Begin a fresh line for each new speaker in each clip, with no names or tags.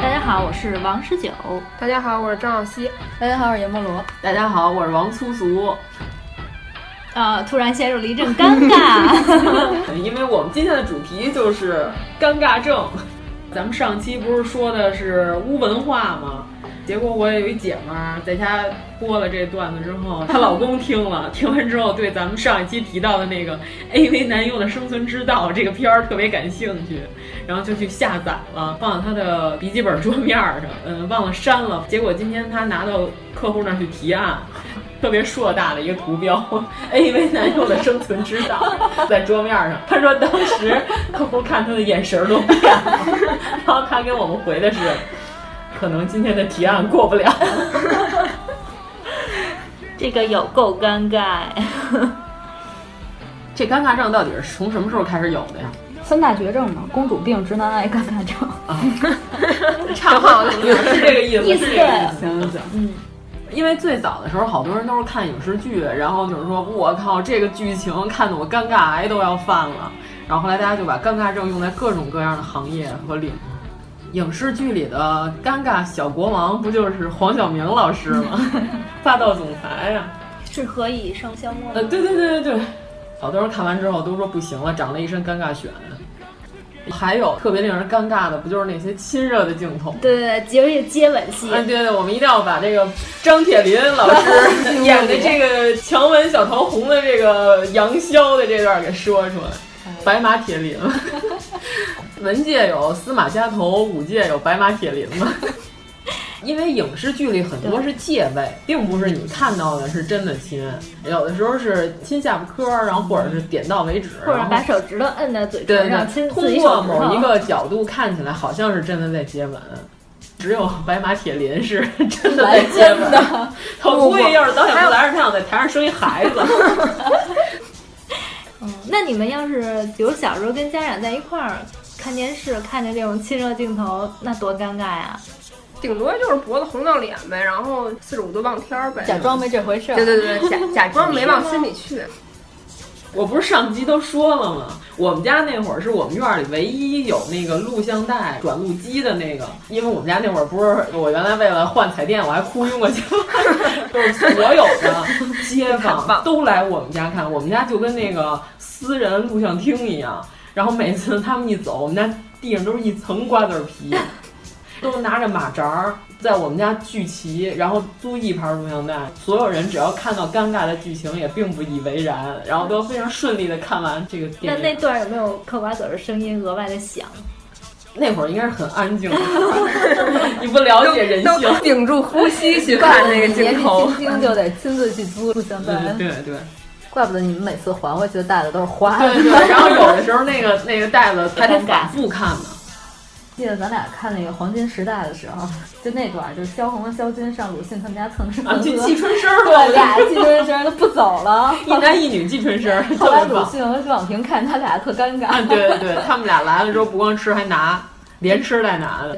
大家好，我是王十九。
大家好，我是张小希。
大家好，我是阎摩罗。
大家好，我是王粗俗。
啊！突然陷入了一阵尴 尬。
因为我们今天的主题就是尴尬症。咱们上期不是说的是污文化吗？结果我也有一姐们儿在家播了这段子之后，她老公听了，听完之后对咱们上一期提到的那个 AV 男优的生存之道这个片儿特别感兴趣，然后就去下载了，放到她的笔记本桌面上，嗯，忘了删了。结果今天她拿到客户那儿去提案，特别硕大的一个图标 ，AV 男优的生存之 道在桌面上。她说当时客户看她的眼神儿都变了， 然后她给我们回的是。可能今天的提案过不了，
这个有够尴尬。
这尴尬症到底是从什么时候开始有的呀？
三大绝症嘛，公主病、直男癌、尴尬症。
啊，差不多是这个意思，
意
思
思
是这
对
个意思。行行，
嗯，
因为最早的时候，好多人都是看影视剧，然后就是说，我靠，这个剧情看得我尴尬癌都要犯了。然后后来大家就把尴尬症用在各种各样的行业和领域。影视剧里的尴尬小国王不就是黄晓明老师 吗？霸道总裁呀、
是何以笙箫默
呃，对对对对对，好多人看完之后都说不行了，长了一身尴尬癣。还有特别令人尴尬的，不就是那些亲热的镜头？
对对对，尤其是接吻戏，
哎，对对，我们一定要把这个张铁林老 师演的这个强吻小桃红的这个杨逍的这段给说出来，白马铁 林。文界有司马家头，武界有白马铁林嘛。 因为影视剧里很多是借位，并不是你看到的是真的亲，有的时候是亲下巴颏儿，然后或者是点到为止，
或者
然后
把手指头摁在嘴
对
唇
对
上，
对，
亲
通
自己
过
手指头。啊
某一个角度看起来好像是真的在接吻，只有白马铁林是真的在接吻。我估计要是导演不来，他想在台上生一孩子。
嗯，那你们要是比如小时候跟家长在一块儿看电视，看见这种亲热镜头，那多尴尬呀！
顶多就是脖子红到脸呗，然后四十五度望天儿 呗。
假装没这回事儿。
对对对，假假装没往心里去。
我不是上集都说了吗？我们家那会儿是我们院里唯一有那个录像带转录机的那个，因为我们家那会儿不是我原来为了换彩电，我还雇佣过去， 就是所有的街坊都来我们家看，我们家就跟那个私人录像厅一样。然后每次他们一走，我们家地上都是一层瓜子皮，都拿着马扎儿在我们家聚齐，然后租一盘录像带，所有人只要看到尴尬的剧情也并不以为然，然后都非常顺利的看完这个电
那
影。
那段有没有嗑瓜子儿的声音额外的响？
那会儿应该是很安 静的，你不了解人
都
性
都。屏住呼吸去看那个镜头
你。年纪轻轻就得亲自去租录像带
对，对对对
怪不得你们每次还回去的袋子都是花的。
对对，然后有的时候那个那个袋子还得
尴尬
反复看呢。
记得咱俩看那个《黄金时代》的时候，就那段儿，就是萧红和萧军上鲁迅他们家蹭吃蹭
啊，
喝，
就季春生儿
嗯对，
吧，
俩气吞声都不走 了。
一男一女季春生儿，特
后来
别
鲁
棒。
迅和徐广平看他俩特 尴
啊，
尬，
对对对，他们俩来了之后不光吃还拿，连吃带拿的。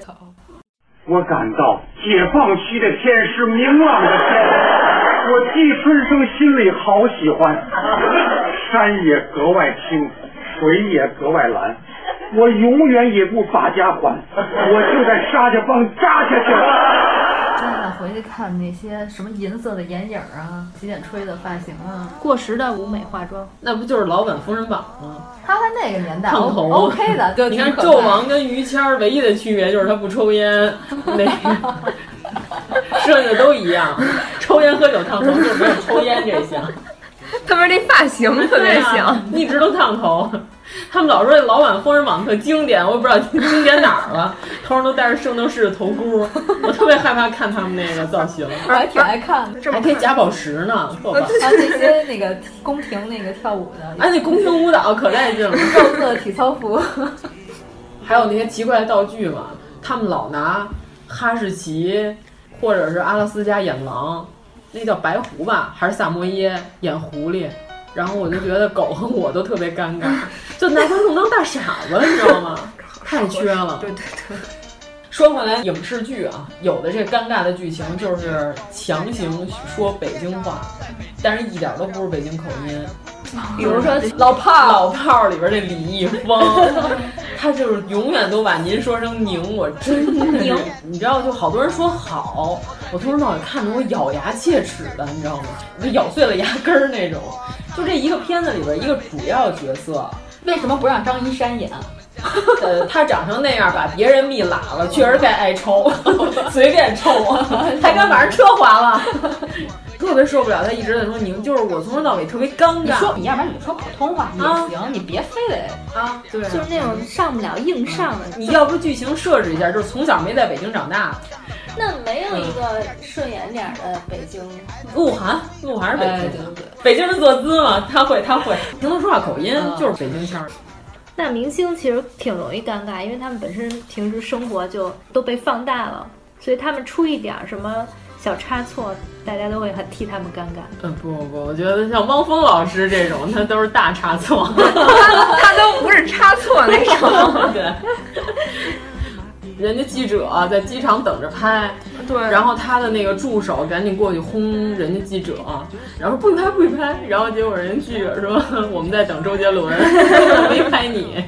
我感到解放西的天是明朗的天，我季春生心里好喜欢。山也格外青，水也格外蓝，我永远也不把家还，我就在沙家浜扎下去。
真的回啊回去看那些什么银色的眼影啊，洗剪吹的发型啊，
过时的舞美化妆，
那不就是老版《封神榜》吗？
他在那个年代
烫
O
头
OK 的，就
你
挺
看
可
纣
爱
王跟于谦儿唯一的区别就是他不抽烟，那个剩下都一样，抽烟喝酒烫头就没有抽烟这一项。
特别是这发型特别像，
啊，一直都烫头。他们老说老版《封神榜》特经典，我也不知道经典哪儿了。头上都戴着圣斗士的头箍，我特别害怕看他们那个造型，
我还挺爱看的。
这么
还可以夹宝石呢，特棒！
还有那些那个宫廷那个跳舞的，
哎，那宫廷舞蹈可带劲了，
肉色体操 服，
还有那些奇怪的道具嘛，他们老拿哈士奇或者是阿拉斯加野狼，那叫白狐吧，还是萨摩耶演狐狸。然后我就觉得狗和我都特别尴 尬，就拿它弄当大傻子，你知道吗？太缺了。
对对对，
说回来，影视剧啊，有的这尴尬的剧情就是强行说北京话，但是一点都不是北京口音。
比如说
老炮儿，老炮儿里边这李易 峰，他就是永远都把您说成宁，我真的宁。你知道，就好多人说好，我从头到尾看着我咬牙切齿的，你知道吗？就咬碎了牙根儿那种。就这一个片子里边一个主要角色，
为什么不让张一山演？
呃，他长成那样，把别人蜜拉了，确实该挨抽， 随 便抽，还敢把人车划了， 特别受不了。他一直在说你们就是我从头到尾特别尴
你说
尬
你要不然你说普通话
啊
也行，你别非得
啊，对，
就是那种上不了硬上的，
你要不剧情设置一下，就是从小没在北京长大，
那没有一个顺眼点儿的北京，
鹿晗，鹿晗是北京
哎
的，
对对对
北京人坐姿嘛，他会，他会，
嗯
平时说话口音就是北京腔儿。
那明星其实挺容易尴尬，因为他们本身平时生活就都被放大了，所以他们出一点儿什么小差错，大家都会很替他们尴尬。
嗯，不不不，我觉得像汪峰老师这种，他都是大差错。
他他都不是差错那种，
对，人家记者啊在机场等着拍，
对，
然后他的那个助手赶紧过去轰人家记者，然后说不许拍不许拍，然后结果人家记者说 我们在等周杰伦， 没拍你。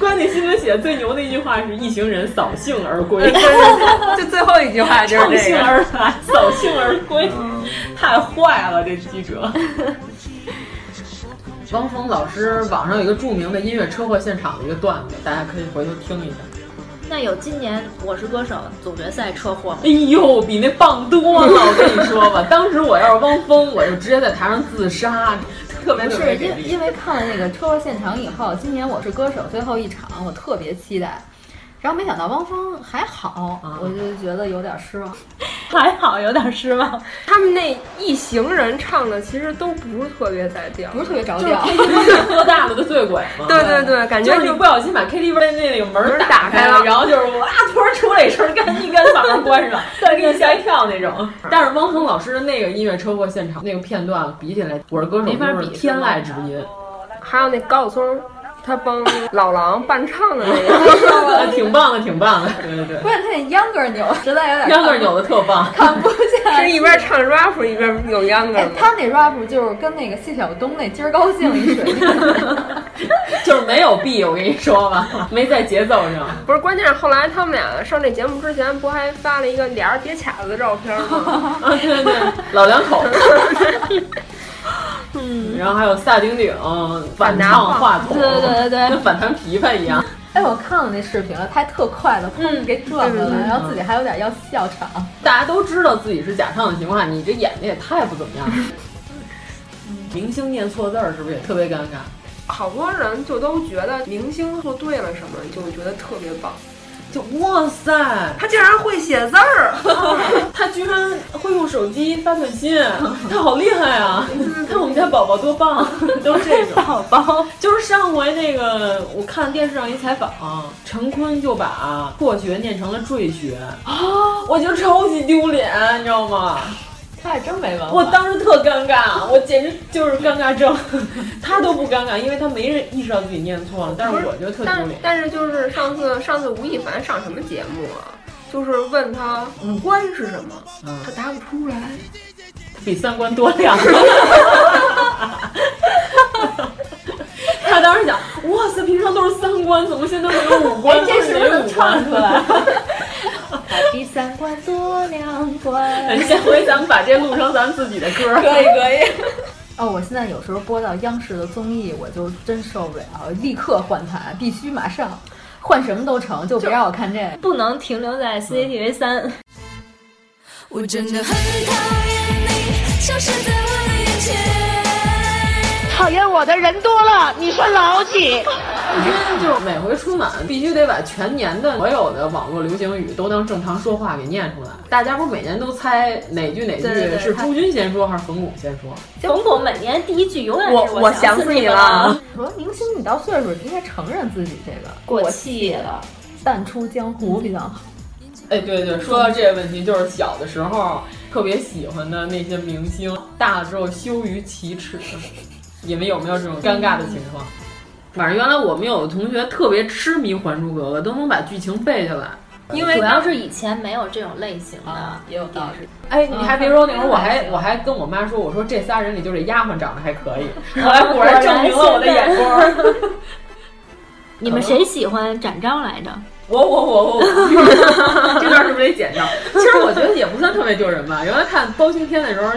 关键新闻写的最牛的一句话是一行人扫兴而归，
就最后一句话就
乘
是这
兴
个，嗯
而来，扫兴而归，太坏了这记者。 汪峰老师网上有一个著名的音乐车祸现场的一个段子，大家可以回头听一下。
那有今年《我是歌手》总决赛车祸吗？
哎呦，比那棒多 了！我跟你说吧，当时我要是汪峰，我就直接在台上自杀，特别
不
特别
是
给
因
力。
因为看了那个车祸现场以后，今年我是歌手最后一场，我特别期待。然后没想到汪峰还好，
啊
我就觉得有点失望。
还好有点失望。
他们那一行人唱的其实都不是特别在调
不，是特别着
就是
调，
KTV 喝大了的醉鬼 嘛，
对对对，感觉
就是你不小心把 KTV 那那个门儿
门儿
打
打
开
开了
然后就是哇，突然出来一声，赶紧赶紧把门关 上，再给你吓一跳那种。 但是汪峰老师的那个音乐车祸现场那个片段比起来，我是歌手
没法
就是
比
天籁之 音，
还有那高晓松，他帮老狼伴唱的那个，
呃挺棒的，挺棒的。对对对，
关键他那秧歌扭实在有点
秧歌扭的特 棒。
看不下
是
去。
一边唱 rap 一边有秧歌
哎
吗，？
他那 rap 就是跟那个谢晓东那今儿高兴一水平。
就是没有 B，我跟你说吧，没在节奏上。
不是，关键是后来他们俩上这节目之前，不还发了一个俩人叠卡子的照片吗？
啊，对对对，老两口。 嗯，然后还有萨顶顶反唱话筒，
对对对对
跟反弹琵琶一样。
哎，我看了那视频了，他还特快的
嗯
砰给转过来，然后自己还有点要笑场。
大家都知道自己是假唱的情况下，你这演的也太不怎么样了。明星念错字儿是不是也特别尴尬？
好多人就都觉得明星做对了什么，就觉得特别棒。
就哇塞，
他竟然会写字儿，
他居然会用手机发短信， 他好厉害啊！看我们家宝宝多棒， 都是这种宝宝。就是上回那个，我看电视上一采访，陈坤就把辍学念成了赘学啊，我觉得超级丢脸，你知道吗？
他还真没文化。
我当时特尴 尬，我简直就是尴尬 症。他都不尴尬，因为他没人意识到自己念错了，但是我觉得特丢
但
脸。
但是就是上次上次吴亦凡上什么节目啊？就是问他五官是什么，
嗯
他答不出来。
比三观多亮。他当时想，哇塞，平常都是三观，怎么现在都有五官？
这是不是
都
能
五官
唱出来？
第三，瓜做凉瓜。
哎下回咱们把这录成咱们自己的歌。
可以可以。哦，我现在有时候播到央视的综艺，我就真受不了，立刻换台，必须马上换什么都成，就别让我看这个。
不能停留在 CCTV 三、
我真的很讨厌你，消失在我的眼前。
讨厌我的人多了，你算老几？
我觉得就是每回春晚必须得把全年的所有的网络流行语都当正常说话给念出来。大家不是每年都猜哪句哪句
对对对
是朱军先说还是冯巩先说？
冯巩每年第一句永远是
我
我
我想
死
死你
了
了，
说明星，你到岁数应该承认自己这个
过
气
气了。
淡出江湖比较好。
哎，对对，说到这个问题，就是小的时候特别喜欢的那些明星，大了之后羞于启齿，你们有没有这种尴尬的情况？反正原来我们有同学特别痴迷《还珠格格》，都能把剧情背下来。因为
主要是以前没有这种类型的，
也有道理。
哎，你还别说，那会儿我还我还跟我妈说，我说这仨人里就这丫鬟长得还可以。后来果然证明了我的眼光。
你们谁喜欢展昭来着？
我我我我，我这段是不是得剪掉？其实我觉得也不算特别丢人吧。原来看包青天的时候，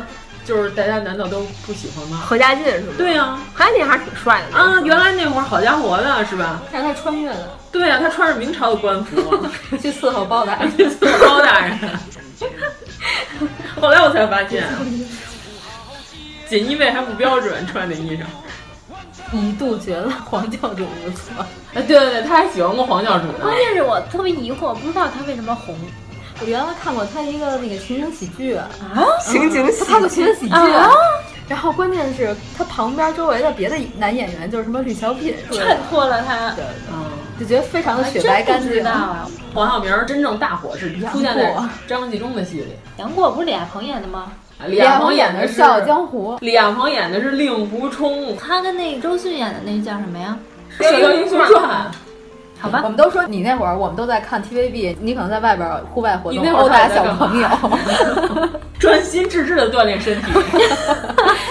就是大家难道都不喜欢吗？
何家劲是吗？
对呀、
还那还挺帅的
啊，原来那会儿好家伙呢，是吧？
但是他穿越了，
对啊呀、他穿着明朝的官服，
去伺候 包大人。
包大人。后来我才发现，锦衣卫还不标准穿的衣裳。
一度觉得黄教主不错，
哎，对对对，他还喜欢过黄教主呢
关。键是我特别疑惑，不知道他为什么红。
我原来看过他一个那个情景喜剧啊，
情景喜
他拍过情景喜剧
啊。
然后关键是他旁边周围的别的男演员就是什么吕小品什么
衬
的，
托了他，
嗯，
就觉得非常的雪白干
真不知
净
道。啊。
黄晓明真正大火是出现在张纪中的戏里。
杨过不是李亚鹏演的吗？
李亚鹏演
的
的
是《
是
笑傲江湖》，
李亚鹏演的是令狐冲，
他跟那周迅演的那叫什么呀？
《射雕英雄传
好
我
吧，
们都说你那会儿，我们都在看 TVB，你可能在外边儿户外活
你
动
那会儿
殴打
在
小
干嘛
朋友，》，
专心致志的锻炼身 体，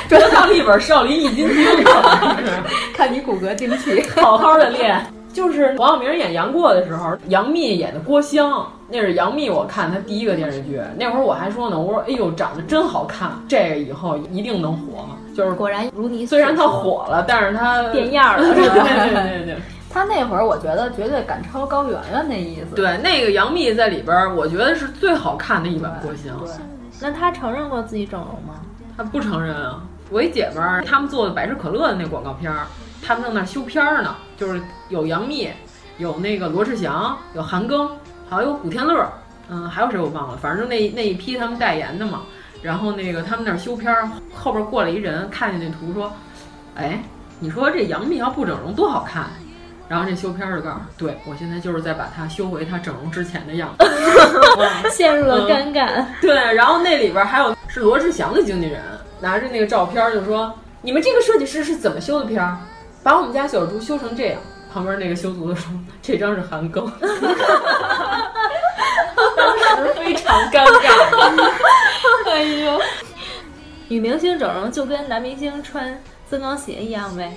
得到了一本《少林易筋经》，
看你骨骼惊奇。
好好的练。就是黄晓明演杨过的时候，杨幂演的郭襄，那是杨幂我看她第一个电视剧。那会儿我还说呢，我说哎呦长得真好看，这个以后一定能火。就是
果然如你所
虽然她
说
火了，但是她
变样
对
了，
对
是吧？
对对对。
他那会儿，我觉得绝对赶超高圆圆那意思。
对，那个杨幂在里边儿，我觉得是最好看的一版郭襄。
那他承认过自己整容吗？
她不承认啊。我一姐们儿，他们做的百事可乐的那广告片儿，他们正那儿修片儿呢，就是有杨幂，有那个罗志祥，有韩庚，还有古天乐，嗯，还有谁我忘了，反正那那一批他们代言的嘛。然后那个他们那儿修片儿，后边过来一人，看见那图说，哎，你说这杨幂要不整容多好看。然后这修片儿的告诉，对我现在就是在把她修回她整容之前的样子。
陷入了尴尬。
对，然后那里边还有是罗志祥的经纪人拿着那个照片就说：“你们这个设计师是怎么修的片儿？把我们家小猪修成这样。”旁边那个修图的说：“这张是韩庚。” 当时非常尴尬。
哎呦，女明星整容就跟男明星穿增高鞋一样呗。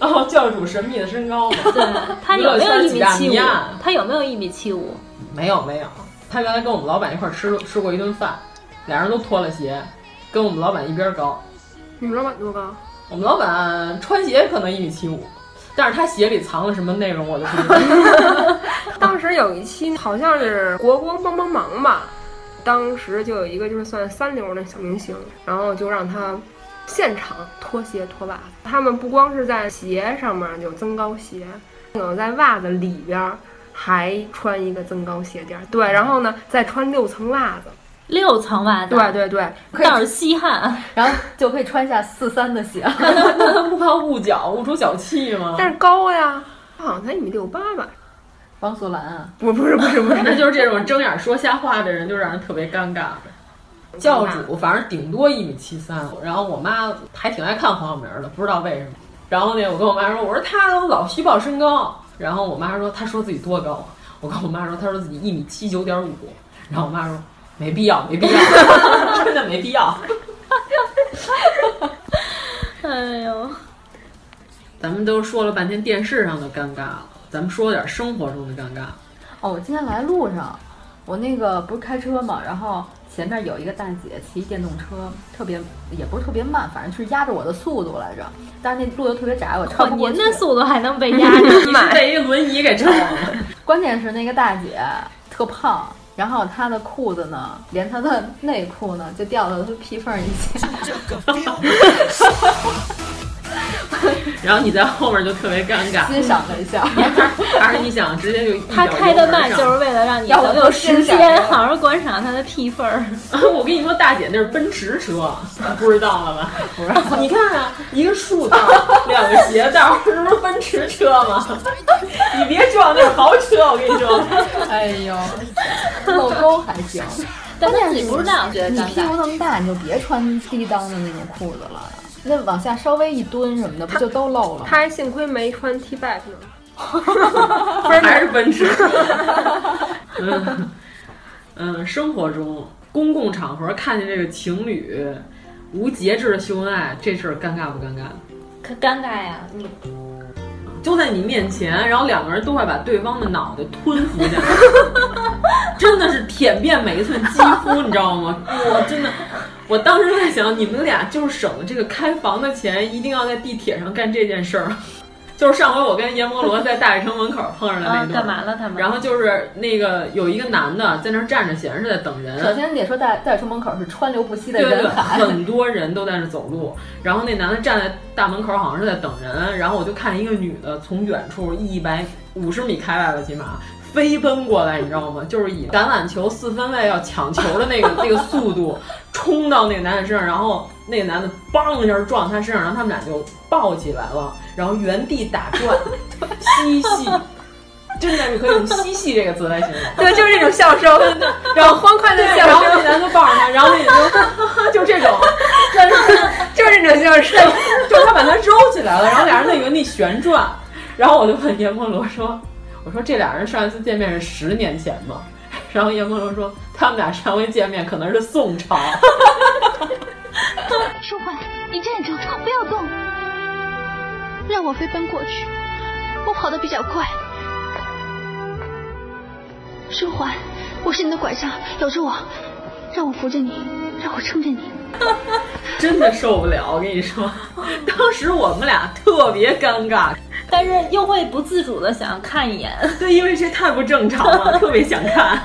哦，教主神秘的身高吗？
对，他有没有一米七
娱乐圈几大
五
迷啊？
他有没有一米七五？
没有没有，他原来跟我们老板一块儿吃吃过一顿饭，俩人都脱了鞋，跟我们老板一边高。
你老板多高？
我们老板穿鞋可能一米七五，但是他鞋里藏了什么内容我就不知道。
当时有一期好像是国光帮帮忙吧，当时就有一个就是算三流的小明星，然后就让他现场脱鞋脱袜子。他们不光是在鞋上面有增高鞋，有在袜子里边儿还穿一个增高鞋垫儿，对，然后呢再穿六层袜子，
六层袜子，
对对对，
倒是稀罕。
然后就可以穿下四三的鞋。
那那他 不怕捂脚、捂出脚气
啊
吗？
但是高呀，他好像才一米六八吧，
王祖蓝啊，
不不是不是不是，
那就是这种睁眼说瞎话的人，就让人特别尴尬呗。教主反正顶多一米七三，然后我妈还挺爱看黄晓明的，不知道为什么。然后呢，我跟我妈说，我说他都老虚报身高，然后我妈说他说自己多高，我跟我妈说他说自己一米七九点五，然后我妈说没必要，没必要， 真的没必要。
哎呦，
咱们都说了半天电视上的尴尬了，咱们说点生活中的尴尬。
哦，我今天来路上，我那个不是开车嘛，然后前面有一个大姐骑电动车，特别也不是特别慢，反正是压着我的速度来着，但是那路又特别窄，我超不过
您
去。，
的速度还能被压着
被一轮椅给撞 了。关键是那个大姐特胖，然后她的裤子呢，连她的内裤呢，就掉到她屁缝儿里去。
然后你在后面就特别尴尬，
欣赏了一下。
还是你想直接就一脚
他开的慢
油门上
就是为了让你
要我
能
多
有时
欣赏
间好好观赏他的屁缝儿。
我跟你说，大姐那是奔驰车，不知道了 吧？不知道。你看啊，一个竖道，两个斜道，这不是奔驰车吗？你别撞那是豪车，我跟你说。
哎呦，露沟还行。
但他自己不知道觉得
你
尴
屁
尬
股那么大，你就别穿低裆的那种裤子了，那往下稍微一蹲什么的，不就都露了吗？
他还幸亏没穿 T back 呢，
还是奔 驰。嗯嗯，生活中公共场合看见这个情侣无节制的秀恩爱，这事儿尴尬不尴尬？
可尴尬呀！你
就在你面前，然后两个人都快把对方的脑袋吞服 下来，真的是舔遍每一寸肌肤， 你知道吗？我真的，我当时在想，你们俩就是省了这个开房的钱，一定要在地铁上干这件事儿。就是上回我跟阎摩罗在大悦城门口碰上的那
啊
段，，
干嘛了他们？
然后就是那个有一个男的在那儿站着，显然是在等人。
首先得说大大悦城门口是川流不息的
对对对，
人海，
很多人都在那走路，然后那男的站在大门口，好像是在等人，然后我就看一个女的从远处一百五十米开外吧，起码飞奔过来，你知 道吗？就是以橄榄球四分卫要抢球的那个那个速度冲到那个男的身上，然后那个男的梆一下撞他身上，然后他们俩就抱起来了，然后原地打 转，嬉戏。真的，你可以用“嬉戏”这个词来 形容。
对，就是这种笑声，
然后
欢快的
对
笑
然后
声
那男的抱着他，然后那女的就 就这种，真是
就是这种笑声。
就是他把他揉起来了，然后俩人在原地旋转，然后我就问阎摩罗说：“我说这俩人上一次见面是十年前吗？”然后阎摩罗说：“他们俩上回见面可能是宋朝。
淑环，你站住，不要动，让我飞奔过去，我跑得比较快。淑环，我是你的拐杖，咬住我，让我扶着你，让我撑着你。”
真的受不了，我跟你 说，当时我们俩特别尴尬，
但是又会不自主的想看一眼。
对，因为这太不正常 了，特别想看。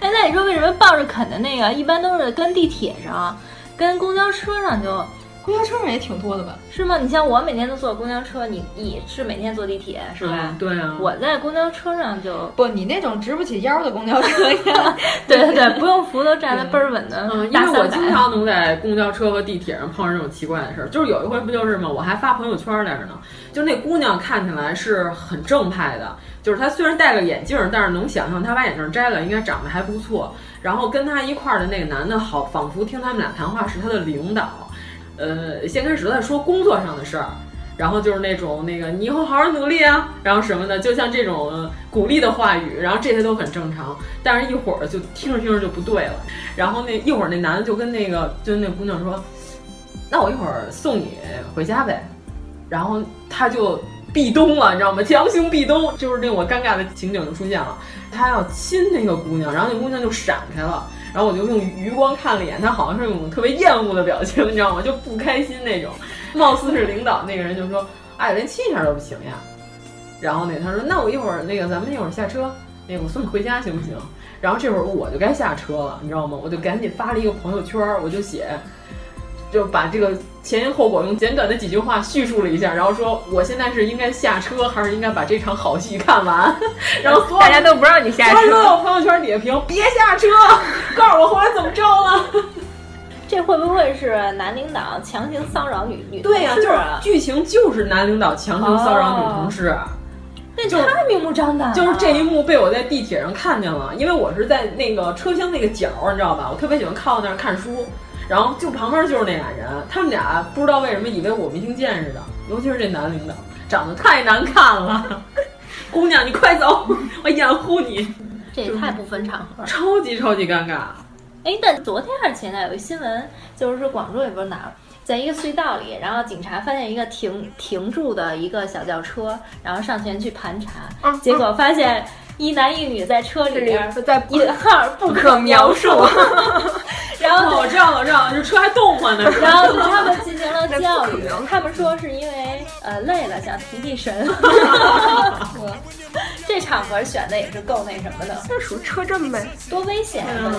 哎，那你说为什么抱着啃的那个，一般都是跟地铁上、跟公交车上就，
公交车上也挺多的吧？
是吗？你像我每天都坐公交车，你你是每天坐地铁是吧？
嗯对啊
我在公交车 上就，
不，你那种直不起腰的公交车呀，
对对对， 不用扶都站得倍儿稳的，
嗯因
大
为
三
我
百
经常能在公交车和地铁上碰上这种奇怪的事儿，就是有一回不就是嘛，我还发朋友圈来着呢，就那姑娘看起来是很正派的，就是她虽然戴个眼镜儿，但是能想象她把眼镜摘了，应该长得还不错。然后跟她一块儿的那个男的好，仿佛听他们俩谈话是他的领导，呃，先开始在说工作上的事儿。然后就是那种那个你以后好好努力啊，然后什么的，就像这种、呃鼓励的话语，然后这些都很正常。但是一会儿就听着听着就不对了，然后那一会儿那男的就跟那个就跟那姑娘说，那我一会儿送你回家呗，然后他就壁咚了，你知道吗？强行壁咚，就是令我尴尬的情景就出现了。他要亲那个姑娘，然后那姑娘就闪开了，然后我就用余光看了一眼，她好像是那种特别厌恶的表情，你知道吗？就不开心那种，貌似是领导那个人就说：“哎，连亲一下都不行呀。”啊然后那他说：“那我一会儿那个咱们一会儿下车，那个我送你回家行不行？”然后这会儿我就该下车了，你知道吗？我就赶紧发了一个朋友圈儿，我就写。就把这个前因后果用简短的几句话叙述了一下，然后说我现在是应该下车，还是应该把这场好戏看完？ 然后所 有
大家都不让你下
所有人都在
车
我，朋友圈底下评别下车，告诉我后来怎么着了。
这会不会是男领导强行骚扰女女同
对呀、
事
就是
啊
剧情就是男领导强行骚扰女同事。
那
就是
太明目张胆了，啊
就是这一幕被我在地铁上看见了，因为我是在那个车厢那个角儿，你知道吧？我特别喜欢靠那儿看书，然后就旁边就是那俩人，他们俩不知道为什么以为我没听见似的，尤其是这男领导长得太难看了， 姑娘你快走，我掩护你，
这也太不分场合了。
超级超级尴尬。
哎，但昨天还是前天有一新闻，就是说广州也不是哪儿，在一个隧道里，然后警察发现一个停停住的一个小轿车，然后上前去盘查，结果发现一男一女在车啊里边，
在
引号不
可描述。
然
哦
后
我知道，我知道，就车还动唤呢。
然后他们进行了教育，他们说是因为呃累了想提提 神。这场合选的也是够那什么的，
这属于车震呗，
多危险啊！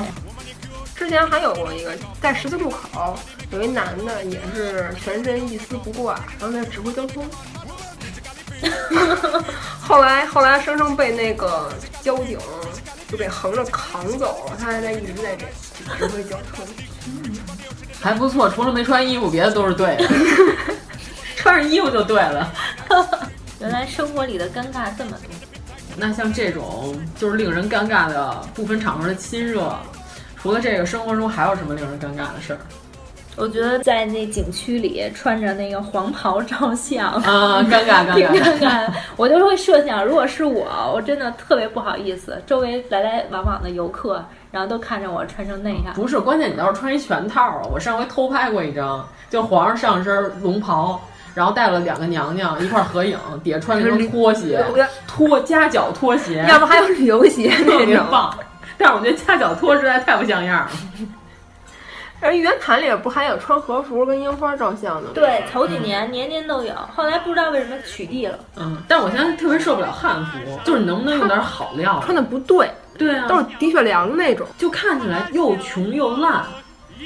之前还有过一个，在十字路口有一男的也是全身一丝不挂，然后在指挥交通。 后来后来生生被那个交警就给横着扛走了，他还在一直在这指挥交 通，
还不错，除了没穿衣服，别的都是对的，穿上衣服就对了。
原来生活里的尴尬这么多，
那像这种就是令人尴尬的不分场合的亲热，除了这个，生活中还有什么令人尴尬的事儿？
我觉得在那景区里穿着那个黄袍照相
啊，尴尬尴尬，
挺尴尬的。我就会设想，如果是我，我真的特别不好意思。周围来来往往的游客，然后都看着我穿成那样。
不是，关键你倒是穿一全套啊！我上回偷拍过一张，就皇上上身龙袍，然后带了两个娘娘一块合影，底下穿了双拖鞋，
啊
拖夹脚拖鞋，
要不还有旅游鞋 那
种棒。但是我觉得夹脚拖实在太不像样了。
而玉渊潭里不还有穿和服跟樱花照相的吗？
对，头几年、嗯、年年都有，后来不知道为什么取缔了。
嗯，但我现在特别受不了汉服，就是能不能用点好料？
穿的不对，
对啊，
都是的确良那种，
就看起来又穷又烂，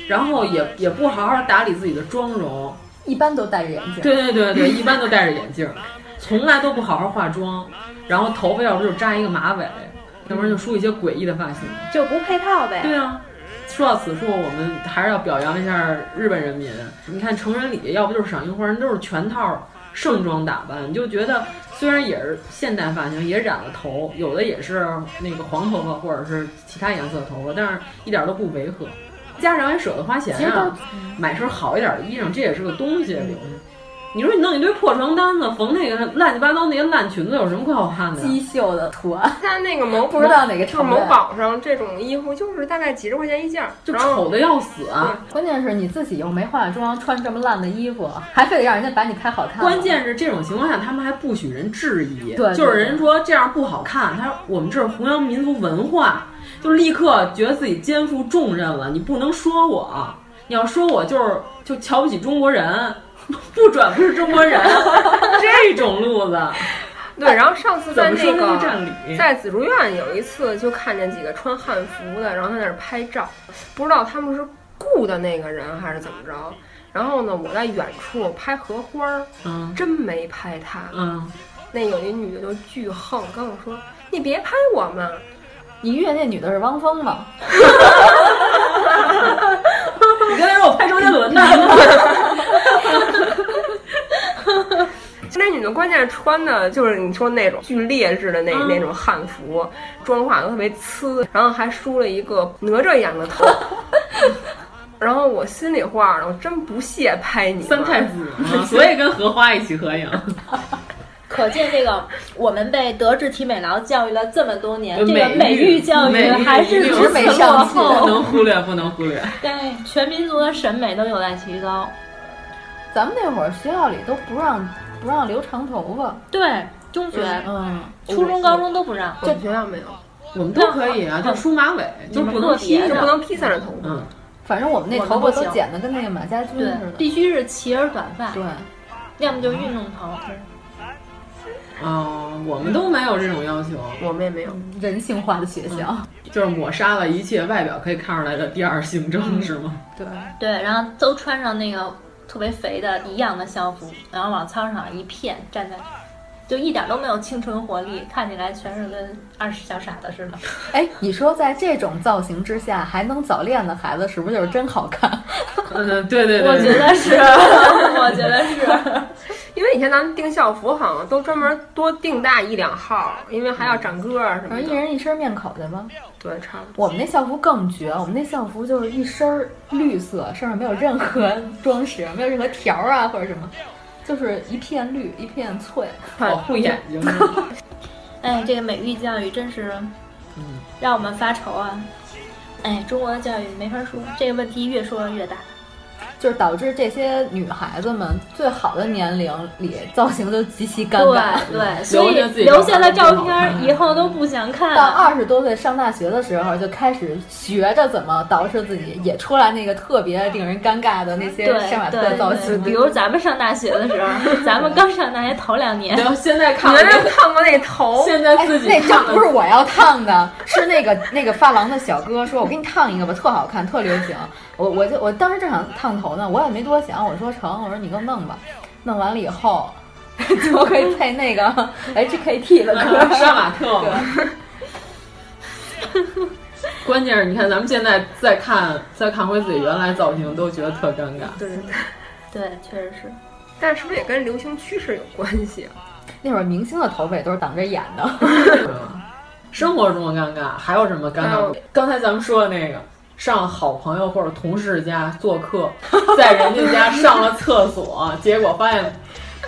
然后也也不好好打理自己的妆容，
一般都戴着眼镜。
对对对对，一般都戴着眼镜，从来都不好好化妆，然后头发要不就扎一个马尾，要不然就梳一些诡异的发型，
就不配套呗。
对啊。说到此处，我们还是要表扬一下日本人民。你看成人礼，要不就是赏樱花，人都是全套盛装打扮，你就觉得虽然也是现代发型，也染了头，有的也是那个黄头发或者是其他颜色的头发，但是一点都不违和。家长也舍得花钱啊，买身好一点的衣裳，这也是个东西。啊你说你弄一堆破床单子，缝那个乱七八糟那些烂裙子，有什么可好看的？
机绣的图案，
在那个某
不知道哪个
就是某宝上这种衣服，就是大概几十块钱一件，
就丑的要死啊！
关键是你自己又没化妆，穿这么烂的衣服，还非得让人家把你拍好看。
关键是这种情况下，他们还不许人质疑，
对,对,对，
就是人说这样不好看，他说我们这是弘扬民族文化，就立刻觉得自己肩负重任了。你不能说我，啊你要说我就是就瞧不起中国人。不转不是中国人， 这种路子。
对，然后上次在那个
那
在紫竹院有一次，就看见几个穿汉服的，然后在那儿拍照，不知道他们是雇的那个人还是怎么着。然后呢，我在远处拍荷花儿，
嗯，
真没拍他，
嗯。
那有一女的就巨横，跟我说：“你别拍我嘛！”
你遇见那女的是汪峰吗？
你刚才说我拍周杰 伦呢。
那女的关键是穿的就是你说那种巨劣质的那、嗯、那种汉服，妆化的特别呲，然后还梳了一个哪吒样的头。然后我心里话呢，我真不屑拍你
三太子、啊，所以跟荷花一起合影。
可见这个我们被德智体美劳教育了这么多年，这个美育教育还是如此落后，
不能忽略，不能忽略。
对，全民族的审美都有待提高。
咱们那会儿学校里都不让不让留长头发，
对，中学、
嗯，
初中、高中都不让。
我们学校没有，
我们都可以啊，就梳马尾，就不能披，
就不能披散着头发。
嗯，
反正我们那头发都剪的跟那个马家军似的，
必须是齐耳短发，
对，
要么就运动头。
嗯
哦，我们都没有这种要求，
我们也没有
人性化的学校、嗯，
就是抹杀了一切外表可以看出来的第二性征，嗯、是吗？
对
对，然后都穿上那个特别肥的一样的校服，然后往操场一片站在，就一点都没有青春活力，看起来全是跟二十小傻子似的。
哎，你说在这种造型之下还能早恋的孩子，是不是就是真好看？
嗯，对对对，
我觉得是， 我觉得是。
因为以前咱们订校服好像都专门多订大一两号，因为还要长个儿什么的。
一人一身面口的吗？
对，差不
多。我们那校服更绝，我们那校服就是一身绿色，上面没有任何装饰，没有任何条啊或者什么，就是一片绿，一片翠，
保护眼睛。
哎，这个美育教育真是让我们发愁啊！哎，中国的教育没法说，这个问题越说越大。
就是导致这些女孩子们最好的年龄里造型都极其尴尬，
对对，所以留下的照片以后都不想看。
到二十多岁上大学的时候，就开始学着怎么捯饬自己，也出来那个特别令人尴尬的那些杀马特造型。
比如咱们上大学的时候，咱们刚上大学头两年，
然后现在看，
原来烫过那头，
现在自己
哎那张不是我要烫的，是那个那个发廊的小哥说：“我给你烫一个吧，特好看，特流行。”我我就我当时正想烫头呢，我也没多想，我说成，我说你给我弄吧，弄完了以后， 就可以配那个哎 HKT 的歌，
杀马特。关键是你看，咱们现在再看再看回自己原来造型，都觉得特尴尬。
对对
对，对，确实是。
但是不是也跟流行趋势有关系啊？
那会儿明星的头发也都是挡着眼的。
生活中的尴尬还有什么尴尬？刚才咱们说的那个。上好朋友或者同事家做客， 在人家家上了厕 所，结果发现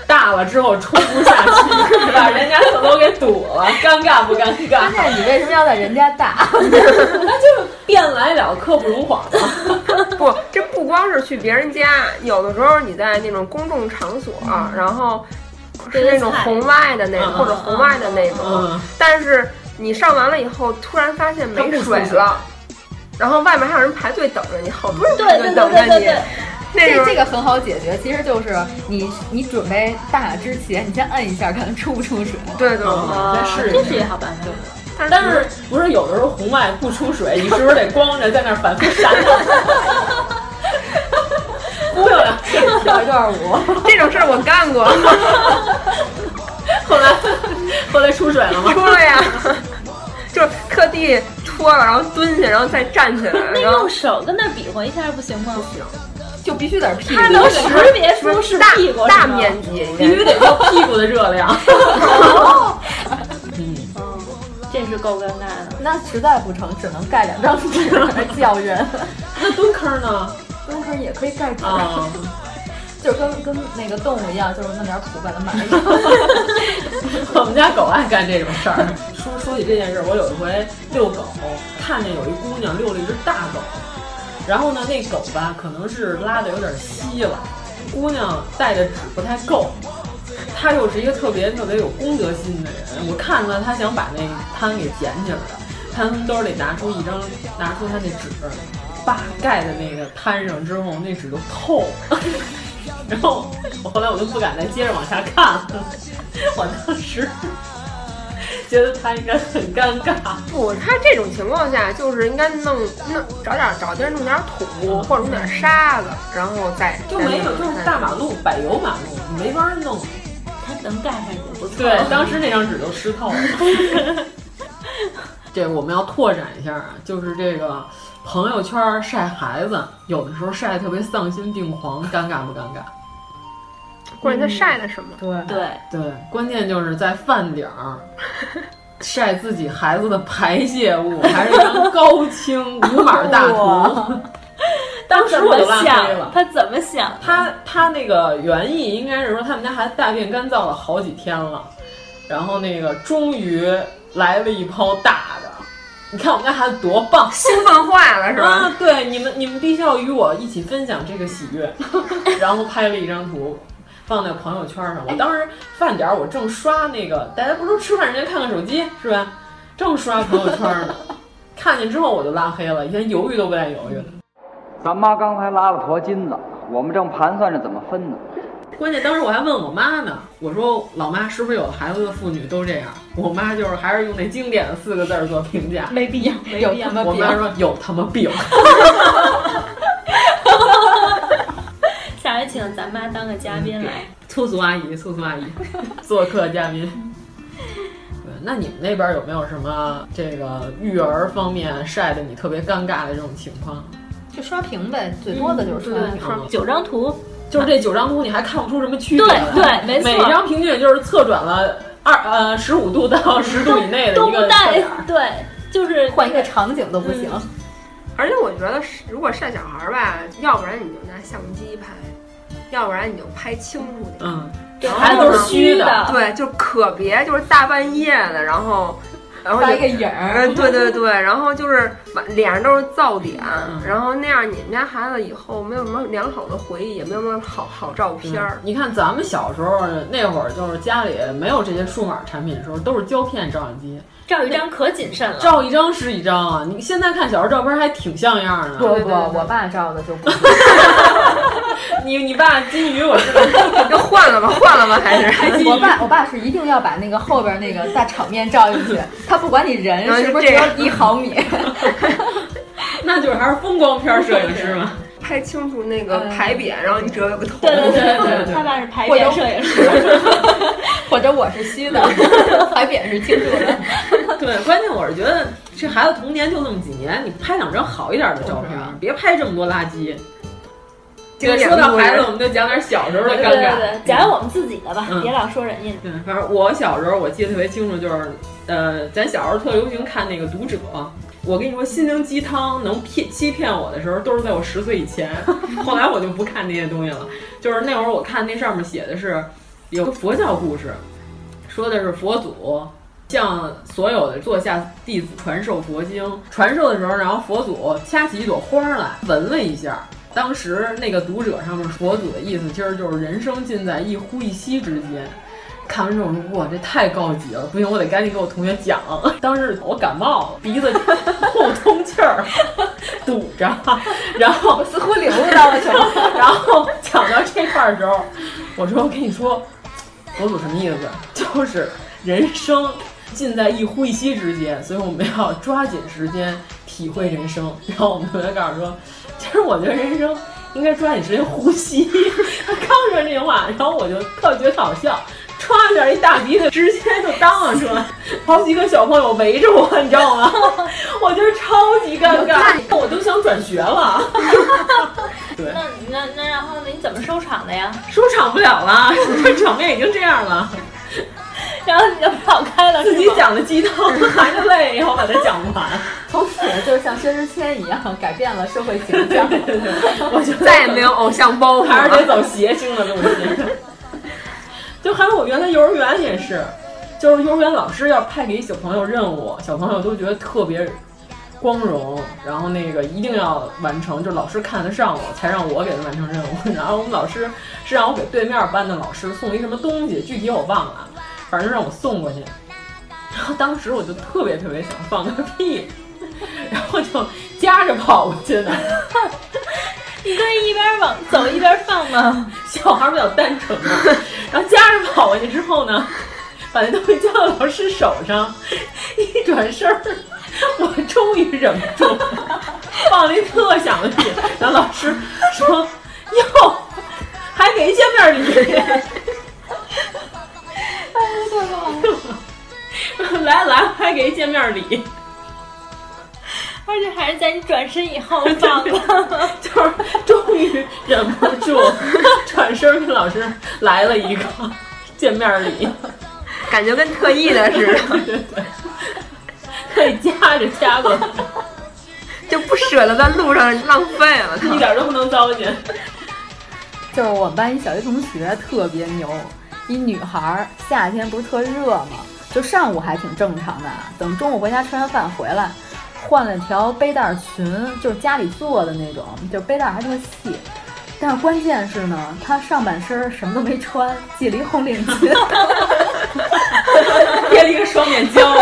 大了之后冲不下去， 把人家厕所给堵了，尴尬不尴尬？
关 键你为什么要在人家大？
那就变来了，刻不容缓
了。 不，这不光是去别人家，有的时候你在那种公众场所，
嗯
然后是那种红外的那种或者
嗯
红外的那种，但是你上完了以后，突然发现没水了。然后外面还有人排队等着你，好多人排队等着你。
这这个很好解决，其实就是你你准备大之前，你先摁一下，看看出不出水。嗯
对对对，
嗯再试一
试。啊这是也好办法。
但是但是不是有的时候红外不出水，你是不是得光着在那反复闪？ 忽悠两下，
跳一段舞。
这种事儿我 干过。
后来 后来出水了吗？
出了呀，啊 就是特地。脱了，然后蹲下，然后再站起来。
那用手跟那比划一下不行吗？
不行，
就必须得屁股。
它能识别出是屁股
大面积，
必须得 靠屁股的热量。
嗯，这是够尴尬的。
那实在不成，只能盖两张纸来叫人。
那蹲坑呢？啊
蹲坑也可以盖纸，就是跟跟那个动物一样，就是弄点土把它埋上。
我们家狗爱干这种事儿。说说起这件事儿，我有一回遛狗，看见有一姑娘遛了一只大狗，然后呢，那狗吧可能是拉的有点稀了，姑娘带的纸不太够，她又是一个特别特别有公德心的人，我看出来她想把那摊给捡起来了，她从兜里拿出一张，拿出她那纸，叭盖在那个摊上之后，那纸就透了。然后我后来我就不敢再接着往下看了，我当时觉得他应该很尴尬。
不，他这种情况下就是应该弄弄找点找地儿弄点土或者弄点沙子，然后再
就没有就是大马路柏油马路，你没法弄。
他能盖上也不错。
对，当时那张纸都湿透 了。这我们要拓展一下啊，就是这个。朋友圈晒孩子，有的时候晒特别丧心病狂，尴尬不尴尬？
关键他晒的什么？
嗯、
对
对对，关键就是在饭点儿晒自己孩子的排泄物，还是一张高清无码大图。当时我就拉黑了。
他怎么想？
他他那个原意应该是说他们家孩子大便干燥了好几天了，然后那个终于来了一泡大的。你看我们家孩子多棒，
兴奋嗯坏了是吧？啊，
对，你们你们必须要与我一起分享这个喜悦，然后拍了一张图，放在朋友圈上。我当时饭点儿，我正刷那个，大家不是吃饭之前看看手机是吧？正刷朋友圈呢，看见之后我就拉黑了，连犹豫都不带犹豫的。
咱妈刚才拉了坨金子，我们正盘算着怎么分呢。
关键当时我还问我妈呢，我说老妈是不是有孩子的妇女都这样？我妈就是还是用那经典的四个字儿做评价，
没必要，没必要。
我妈说有他妈病。
下回请咱妈当个嘉宾来，
粗俗阿姨，粗俗阿姨做客嘉宾。对，那你们那边有没有什么这个育儿方面晒的你特别尴尬的这种情况？嗯
就刷屏呗，最多的就是刷屏，
九张图。
就是这九张图，你还看不出什么区
别来。对对，没错。
每张平均也就是侧转了二呃十五度到十度以内的
都不带，对，就是
换一个场景都不行。
嗯、而且我觉得，如果晒小孩吧，要不然你就拿相机拍，要不然你就拍清楚点。嗯，
孩子都是虚的，
对，就可别就是大半夜的，然后。然后
发
有
一个影儿
哎对对对，然后就是满脸上都是噪点，
嗯
然后那样你们家孩子以后没有什么良好的回忆，也没有什么好好照片儿。
嗯
你看咱们小时候那会儿，就是家里没有这些数码产品的时候，都是胶片照相机，
照一张可谨慎了，
照一张是一张啊。你现在看小时候照片还挺像样的。
不不，我爸照的就不。
你你爸金鱼，我知道。
要换了吧，换了吧，还是
我爸我爸是一定要把那个 后边那个大场面照进去，他不管你人
然后就是
不是
这
只有
样
一毫米，
那就是还是风光片摄影师嘛。
拍清楚那个牌匾，然后你只要有个头。
嗯对对对对对他
爸是牌
匾
摄影
师。
或者我是虚的，牌匾是清楚的。
对，关键我是觉得这孩子童年就那么几年，你拍两张好一点的照片，
嗯
别拍这么多垃圾。对，说到孩子，我们就讲点小时候的尴尬。
对对对，讲讲我们自己的吧，
嗯
别老说人家的。
对，反正我小时候我记得特别清楚，就是呃，咱小时候特流行看那个《读者》。我跟你说，心灵鸡汤能骗欺骗我的时候，都是在我十岁以前。后来我就不看那些东西了。就是那会儿我看那上面写的是有个佛教故事，说的是佛祖向所有的座下弟子传授佛经。传授的时候，然后佛祖掐起一朵花儿来闻了一下。当时那个读者上面佛祖的意思，其实就是人生尽在一呼一吸之间。看完之后我说哇，这太高级了，不行，我得赶紧给我同学讲。当时我感冒了，鼻子 后通气儿堵着，然后我
似乎领悟到了什么。
然后讲到这块儿的时候，我说我跟你说，佛祖什么意思？就是人生尽在一呼一吸之间，所以我们要抓紧时间体会人生。然后我们同学告诉说，其实我觉得人生应该抓紧时间呼吸。 他刚说这句话，然后我就特觉得好笑。歘一下，一大鼻子直接就荡了出来，好几个小朋友围着我，你知道吗？我觉得超级尴尬，我都想转学了。对，
那那那然后呢？你怎么收场的呀？
收场不了了， 这场面已经这样了，
然后你就跑开了，
自己讲的鸡汤，含着泪，然后把它讲 完。
从此就是像薛之谦一样，改变了社会形象。
我就
再也没有偶像包袱了，
还是得走谐星的路线。就还有我原来幼儿园也是，就是幼儿园老师要派给小朋友任务，小朋友都觉得特别光荣，然后那个一定要完成，就老师看得上我，才让我给他完成任务。 然后我们老师是让我给对面班的老师送了一什么东西，具体我忘了，反正让我送过去。 然后当时我就特别特别想放个屁， 然后就夹着跑过去的。
你可以一边往走一边放吗？
小孩比较单纯嘛， 然后夹着跑过去之后呢，把那东西交到老师手上， 一转身儿， 我终于忍不住了， 放了一特响的屁，然后老师说：“哟，还给见面 礼。”来来，还给见面礼，
而且还是在你转身以后放的，
就是终于忍不住， 转身跟老师来了一个 见面 礼。
感觉跟特意的似的，
可 以夹着夹过去，
就不舍得在路上浪费了，
一点都不能糟践。
就是我们班一小学同学特别牛，一女孩儿，夏天不是特热吗？就上午还挺正常的，等中午回家吃完饭回来，换了条背带裙，就是家里做的那种，就是背带还特细。但是关键是呢，她上半身什么都没穿，系了一红领巾，
贴了一个双面胶，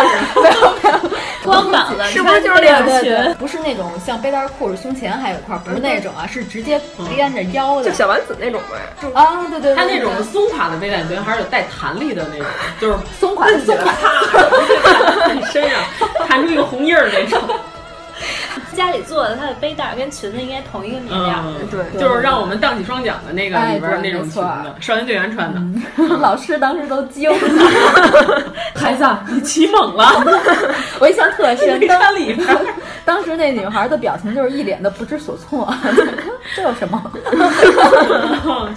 光膀子，
是
你
不是
看
就是
这
那
样
种
裙？
不是那种像背带裤是胸前还有一块，不是那种啊，是直接连着腰的，
就小丸子那种呗。
啊，对对，对
它那种
对
松垮的背带裙还是有带弹力的那种，就是
松垮 松垮。
你身上弹出一个红印儿那种。
家里做的，它的背带跟裙子应该同一个面料。
嗯 就是让我们荡起双桨的那个
哎
里边儿那
对
种
没
裙
错
子，少先队员穿的。
老师当时都惊了，
孩子，啊你起猛了，
我印象特 深
没。穿里边儿。
当时那女孩的表情就是一脸的不知所措， 这有什么？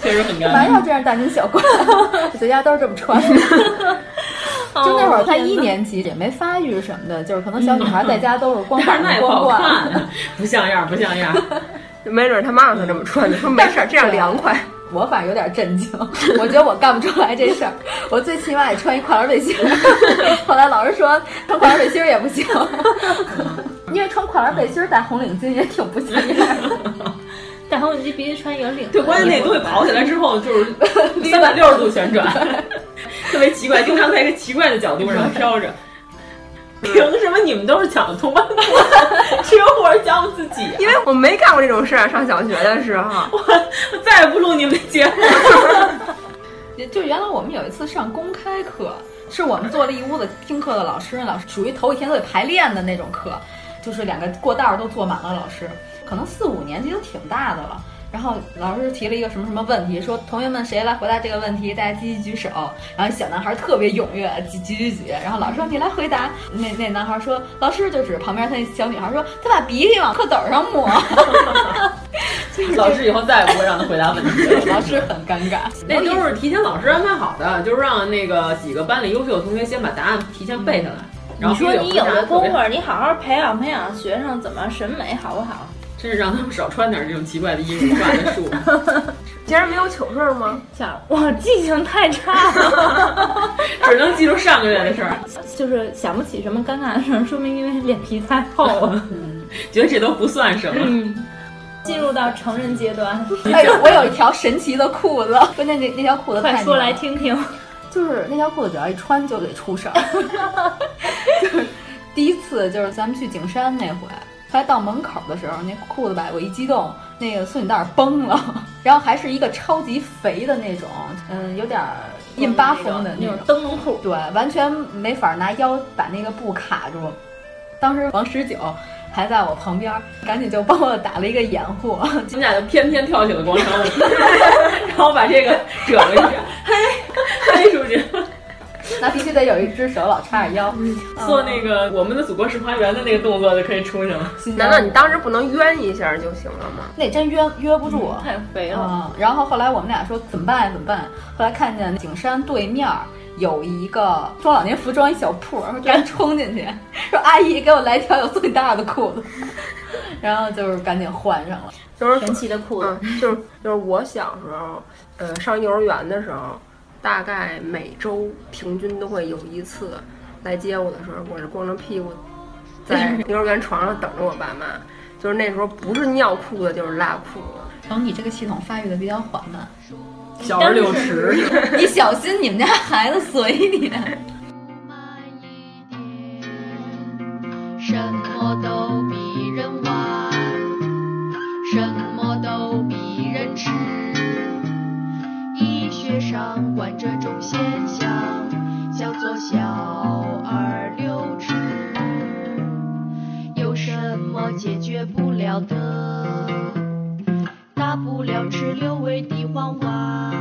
确实很尴
哪
尬。
有这样大惊小怪？ 在家都是这么穿 的。就那会儿她一年级也没发育什么的，就是可能小女孩在家都是光
但
膀
是那
子
也不
光
好
逛。
看，不像样儿，不像样儿。
没准他妈让他这么穿，你说没事儿，这样凉快。
我反正有点震 惊，我觉得我干不出来这事儿，我最起码得穿一跨栏背心儿。 后来老师说穿跨栏 背心儿也不行， 因为穿跨栏背心儿戴红领巾也挺不像样。
戴红领巾必须穿有领。
对，关键那东西跑起来之后就是 三百六十度旋转，特别奇怪，经常在一个奇怪的角度上飘着。 凭什么你们都是讲同班的， 只有我是讲我自己、啊
因为我没干过这种事儿，上小学的时候，
我我再也不录你们节目。
也就原来我们有一次上公开课，是我们坐了一屋子听课的老师，那老师属于头一天都得排练的那种课，就是两个过道儿都坐满了老师，可能四五年级都挺大的了。然后老师提了一个什么什么问题，说同学们谁来回答这个问题，大家积极举手。然后小男孩特别踊跃，举举举举。然后老师说你来回答，那那男孩说老师就指旁边他那小女孩说他把鼻涕往课斗上抹。
老师以后再也不会让他回答问题了。
老师很尴尬，
那都是提前老师安排好的，就是让那个几个班里优秀的同学先把答案提前背下来。然
你
后
说你
有
有这功夫，你好好培养培养学生怎么审美好不好？
真是让他们少穿点这种奇怪的衣服，挂在树上。
竟然没有糗事儿吗？
想我记性太差了，
只能记住上个月的事儿，
就是想不起什么尴尬的事儿，说明因为脸皮太厚了。
觉得这都不算什么。
嗯，进入到成人阶段。
哎呦，我有一条神奇的裤子，关键那那条裤子太
快说来
牛了
听听。
就是那条裤子只要一穿就得出事儿。 就是第一次，就是咱们去景山那回，后来到门口的时候，那裤子吧，我一激动，那个松紧带儿 崩了，然后还是一个超级肥的那种，嗯，有点儿印巴风的
嗯
那种
灯笼裤，对，完全没法拿腰把那个布卡住。当时王十九还在我旁边儿，赶紧就帮我打了一个掩护。
你们俩就翩翩跳起了广 场舞，然后把这个折了一 下，嘿，嘿，是不是？
那必须得有一只手老叉着腰，
嗯
做那个我们的祖国是花园的那个动作就可以出去了。
难道你当时不能冤一下就行了吗？
那真约约不
嗯
住，
太肥
哦
了、嗯然后后来我们俩说怎么办呀？怎么办？后来看见景山对面儿有一个中老年服装一小铺，然后赶紧冲进去， 说阿姨给我来一条有最大的裤子， 然后就是赶紧换上了。
就是
神奇的裤
子，就是就是我小时候，呃，上幼儿园的时候，大概每周平均都会有一次来接我的时候，我是光着屁股在幼儿园床上等着我爸妈。就是那时候不是尿裤子就是拉裤子，
然后你这个系统发育的比较缓慢，
小而六十，
你小心你们家孩子随 你。
什么都比人晚，什么都比人迟。医学上管这种现象叫做小儿溜齿。有什么解决不了的？大不了吃六味地黄丸。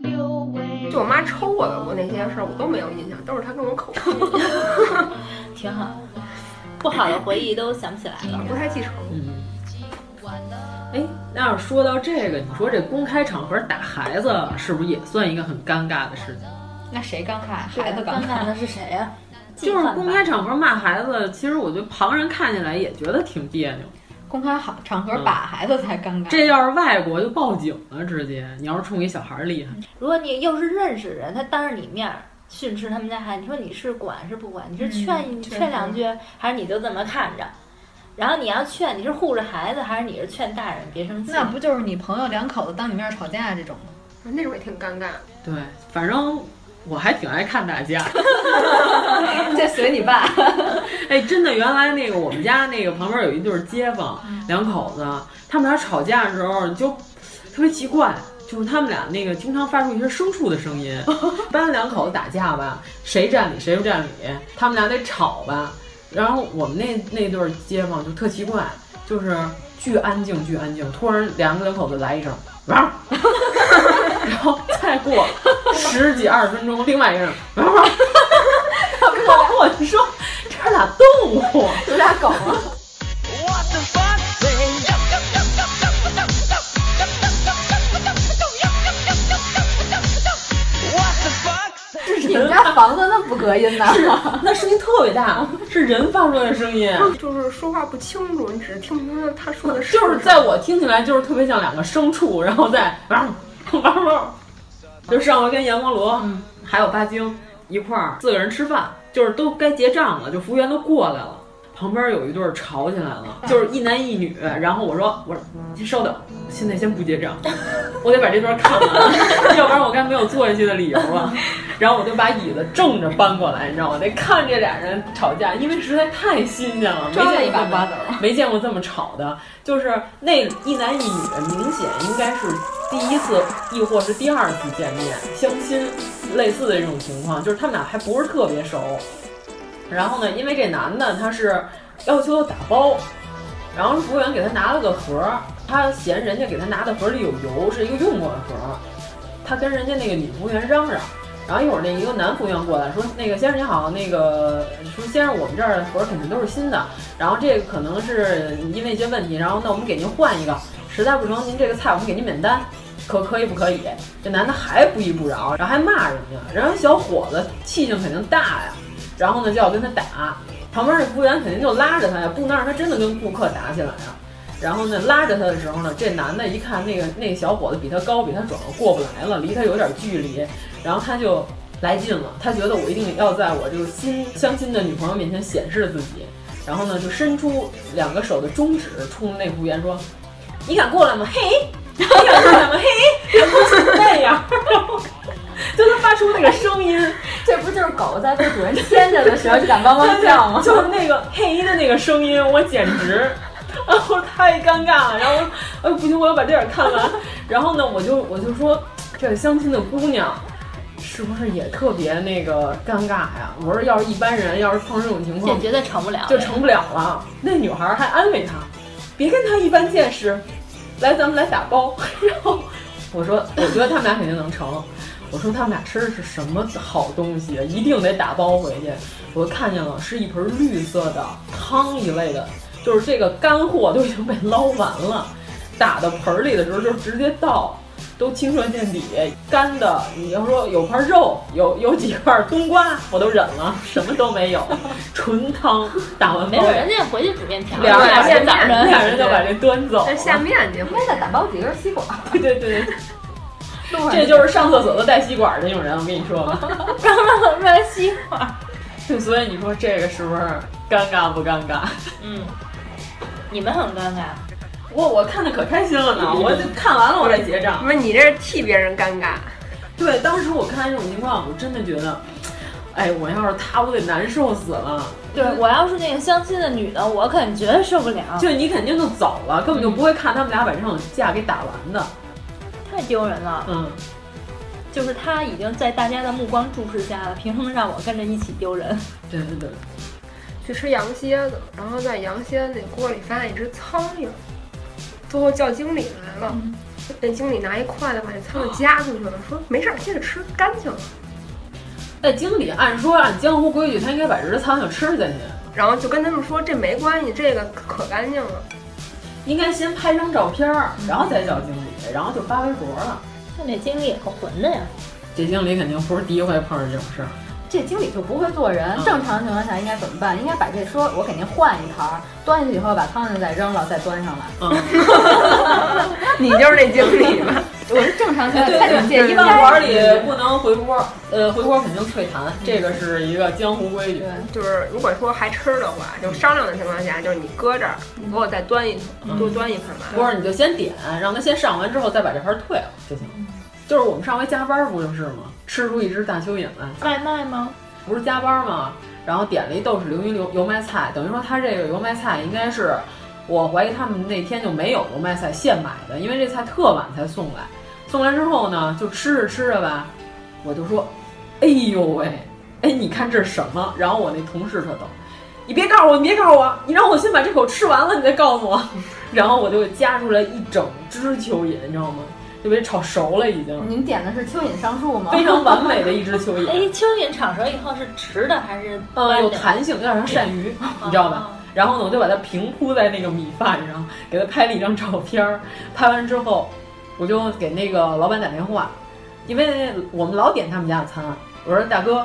六味
就我妈抽我的，我那些事儿我都没有印象，都是她跟我口述，
挺好。不好的回忆都想不起来了，
不太记仇。
嗯哎，那要是说到这个，你说这公开场合打孩子，是不是也算一个很尴尬的事情？
那谁尴尬？
孩子尴尬的是谁呀、
就是公开场合骂孩子，其实我觉得旁人看起来也觉得挺别扭。
公开好场合把孩子才尴尬。
嗯这要是外国就报警了，直接。你要是冲一小孩儿厉害，
如果你又是认识人，他当着你面儿训斥他们家孩子，你说你是管是不管？你是劝、
嗯确实
劝两句，还是你就这么看着？然后你要劝，你是护着孩子，还是你是劝大人别生气？
那不就是你朋友两口子当你面吵架这种吗？
那种也挺尴尬。
对，反正我还挺爱看打架。
这随你爸。
哎，真的，原来那个我们家那个旁边有一对儿街坊，两口子，他们俩吵架的时候就特别奇怪，就是他们俩那个经常发出一些牲畜的声音。一般两口子打架吧，谁占理谁不占理，他们俩得吵吧。然后我们那那对儿街坊就特奇怪，就是巨安静巨安静，突然两个两口子来一声“汪”， 然后再过十几二十分钟，另外一个人“汪”，我你说这是俩动物，
有俩
啊
狗吗？你们家房子那不
不隔音 的，
啊是那声音特别大，是人发出来的声音。
就是说话不清楚，你只听不清他说的是。
就是在我听起来就是特别像两个牲畜， 然后在汪汪汪，就上回跟阎摩罗、嗯、还有巴金一块儿四个人吃饭，就是都该结账了，就服务员都过来了，旁边有一对吵起来了，就是一男一女，然后我说我说先稍等，现在先不结账，我得把这段看完， 要不然我该没有坐下去的理由了。然后我就把椅子正着搬过来，你知道吗？得看这俩人吵架，因为实在太新鲜了，没见过
瓜子，
没见过这么吵的。就是那一男一女，明显应该是第一次，亦或是第二次见面，相亲类似的这种情况，就是他们俩还不是特别熟。然后呢，因为这男的他是要求打包，然后服务员给他拿了个盒，他嫌人家给他拿的盒里有油，是一个用过的盒，他跟人家那个女服务员嚷嚷。然后一会儿那一个男服务员过来说：“那个先生您好，那个说先生我们这儿的盒肯定都是新的，然后这个可能是因为一些问题，然后那我们给您换一个，实在不成您这个菜我们给您免单，可可以不可以？”这男的还不依不饶，然后还骂人家，然后小伙子气性肯定大呀，然后呢就要跟他打，旁边那服务员肯定就拉着他呀，不能让他真的跟顾客打起来呀。然后呢，拉着他的时候呢，这男的一看那个那个、小伙子比他高，比他壮，过不来了，离他有点距离，然后他就来劲了，他觉得我一定要在我这个新相亲的女朋友面前显示自己，然后呢，就伸出两个手的中指冲那服务员说：“你敢过来吗？嘿，你敢过来吗？嘿，就那样。”然后就能发出那个声音，
这不就是狗在被主人牵着的时候敢汪汪叫吗？
就是那个嘿的那个声音，我简直。 然后太尴尬了，然后哎不行，我要把这点看完。然后呢，我就我就说，这个相亲的姑娘是不是也特别那个尴尬呀？我说，要是一般人要是碰这种情况，
也绝对成不了，
就成不了了。那女孩还安慰他，别跟他一般见识，来咱们来打包。 然后我说，我觉得他们俩肯定能成。我说他们俩吃的是什么好东西，啊一定得打包回去。我看见了，是一盆绿色的汤一类的。就是这个干货都已经被捞完了，打到盆里的时候就直接倒，都清澈见底。干的，你要说有块肉，有有几块冬瓜，我都忍了，什么都没有，纯汤打完。
没准人家回去煮面条，
俩人
下面
俩人就把这端走了。
下面去，
那再打包几根吸管。
对对对对。这就是上厕所都带吸管那种人，我跟你说 吧，
刚上厕所带吸管。
对，所以你说这个是不是尴尬不尴尬？
嗯。你们很尴尬，
我我看的可开心 了呢，我看完了我再结账。
不是你这是替别人尴尬，
对，当时我看这种情况，我真的觉得，哎，我要是他，我得难受死了。
对，我要是那个相亲的女的，我肯定绝对受不了。
就你肯定就走了，根本就不会看他们俩把这场架给打完的，
太丢人了。嗯，就是他已经在大家的目光注视下了，凭什么让我跟着一起丢人？
对对对。
去吃羊蝎子，然后在羊蝎子那锅里发现一只苍蝇，最后叫经理来了。嗯、那经理拿一筷子把那苍蝇夹出去了，说没事儿，接着吃，干净了。
那经理按说按江湖规矩，他应该把这只苍蝇吃下去，
然后就跟他们说这没关系，这个可干净了。
应该先拍张照片，然后再叫经理，然后就发微博了。
那那经理也够混的呀！
这经理肯定不是第一回碰上这种事儿。
这经理就不会做人，正常情况下应该怎么办？应该把这说，我肯定换一盘儿，端下去以后把汤再扔了，再端上来。
嗯、 你就是那经理 吧？
我是正常情况下，
这一般馆里不能回锅，呃，回锅肯定退坛，这个是一个江湖规矩。
就是如果说还吃的话，就商量的情况下，就是你搁这儿，你给我再端一多端一盘吧。
不是，你就先点，让他先上完之后再把这盘退了就行。就是我们上回加班不就是吗？吃出一只大蚯蚓来，
外卖吗？
不是加班吗？然后点了一豆豉鲮鱼油油麦菜，等于说他这个油麦菜应该是，我怀疑他们那天就没有油麦菜现买的，因为这菜特晚才送来。送来之后呢，就吃着吃着吧，我就说，哎呦喂，哎你看这是什么？然后我那同事他都，你别告诉我，你别告诉我，你让我先把这口吃完了，你再告诉我。 然后我就夹出来一整只蚯蚓，你知道吗？就被炒熟了，已经。
您点的是蚯蚓上树吗？
非常完美的一只蚯蚓。
哎，蚯蚓炒熟以后是直的还是？哦
呃，有弹性，有点像鳝鱼，
嗯
你知道吧？然后呢，我就把它平铺在那个米饭上，给它拍了一张照片儿。拍完之后，我就给那啊个老板打电话，因为我们老点他们家的餐。我说：“大哥，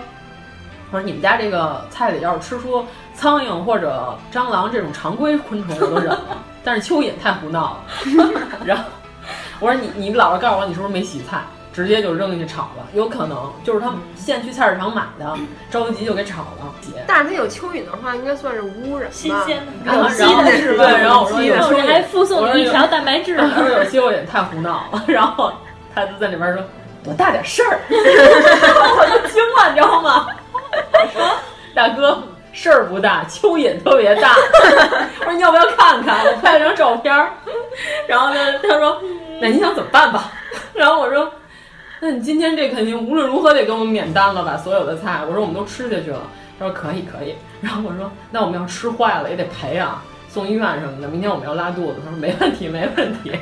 我说你们家这个菜里要是吃出苍蝇或者蟑螂这种常规昆虫我都忍了， 但是蚯蚓太胡闹了。然后我说你你姥姥告诉我你是不是没洗菜，直接就扔进去炒了？有可能就是他们现去菜市场买的，着急就给炒了。
但是它有蚯蚓的话，应该算是污染吧？
新鲜的
嗯然后然后是吧？然后我说有蚯蚓，
还附送你一条蛋白 质
我说有蚯蚓太胡闹了。然后他就在里边说多大点事儿，我都惊了，你知道吗？我说大哥事儿不大，蚯蚓特别大。我说你要不要看看？我拍了张照片儿。然后呢，他说那你想怎么办吧？然后我说。那你今天这肯定无论如何得给我们免单了吧？所有的菜，我说我们都吃下去了。他说可以可以，然后我说那我们要吃坏了也得赔啊，送医院什么的。明天我们要拉肚子，他说没问题没问题。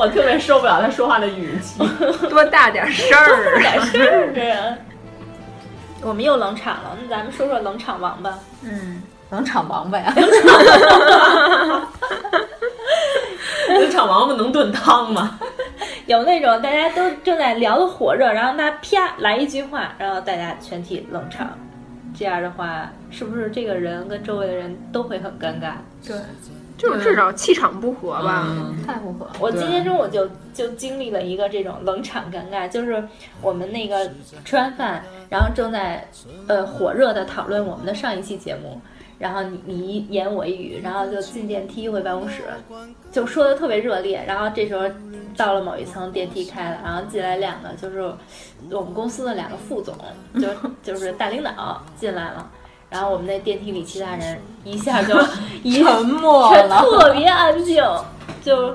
我特别受不了他说话的语气，
多大点事 儿，
多点事儿这人。我们又冷场了，那咱们说说冷场王吧。
嗯，冷场王八呀，
冷场王八能炖汤吗？
有那种大家都正在聊的火热，然后他啪来一句话，然后大家全体冷场，这样的话，是不是这个人跟周围的人都会很尴尬？
对，就是至少气场不合吧，
嗯、太不合。
我今天中午就就经历了一个这种冷场尴尬，就是我们那个吃完饭，然后正在呃火热的讨论我们的上一期节目。然后你你一言我一语，然后就进电梯回办公室，就说的特别热烈。然后这时候到了某一层，电梯开了，然后进来两个就是我们公司的两个副总，就就是大领导进来了。然后我们那电梯里其他人一下就
沉默了，
特别安静，就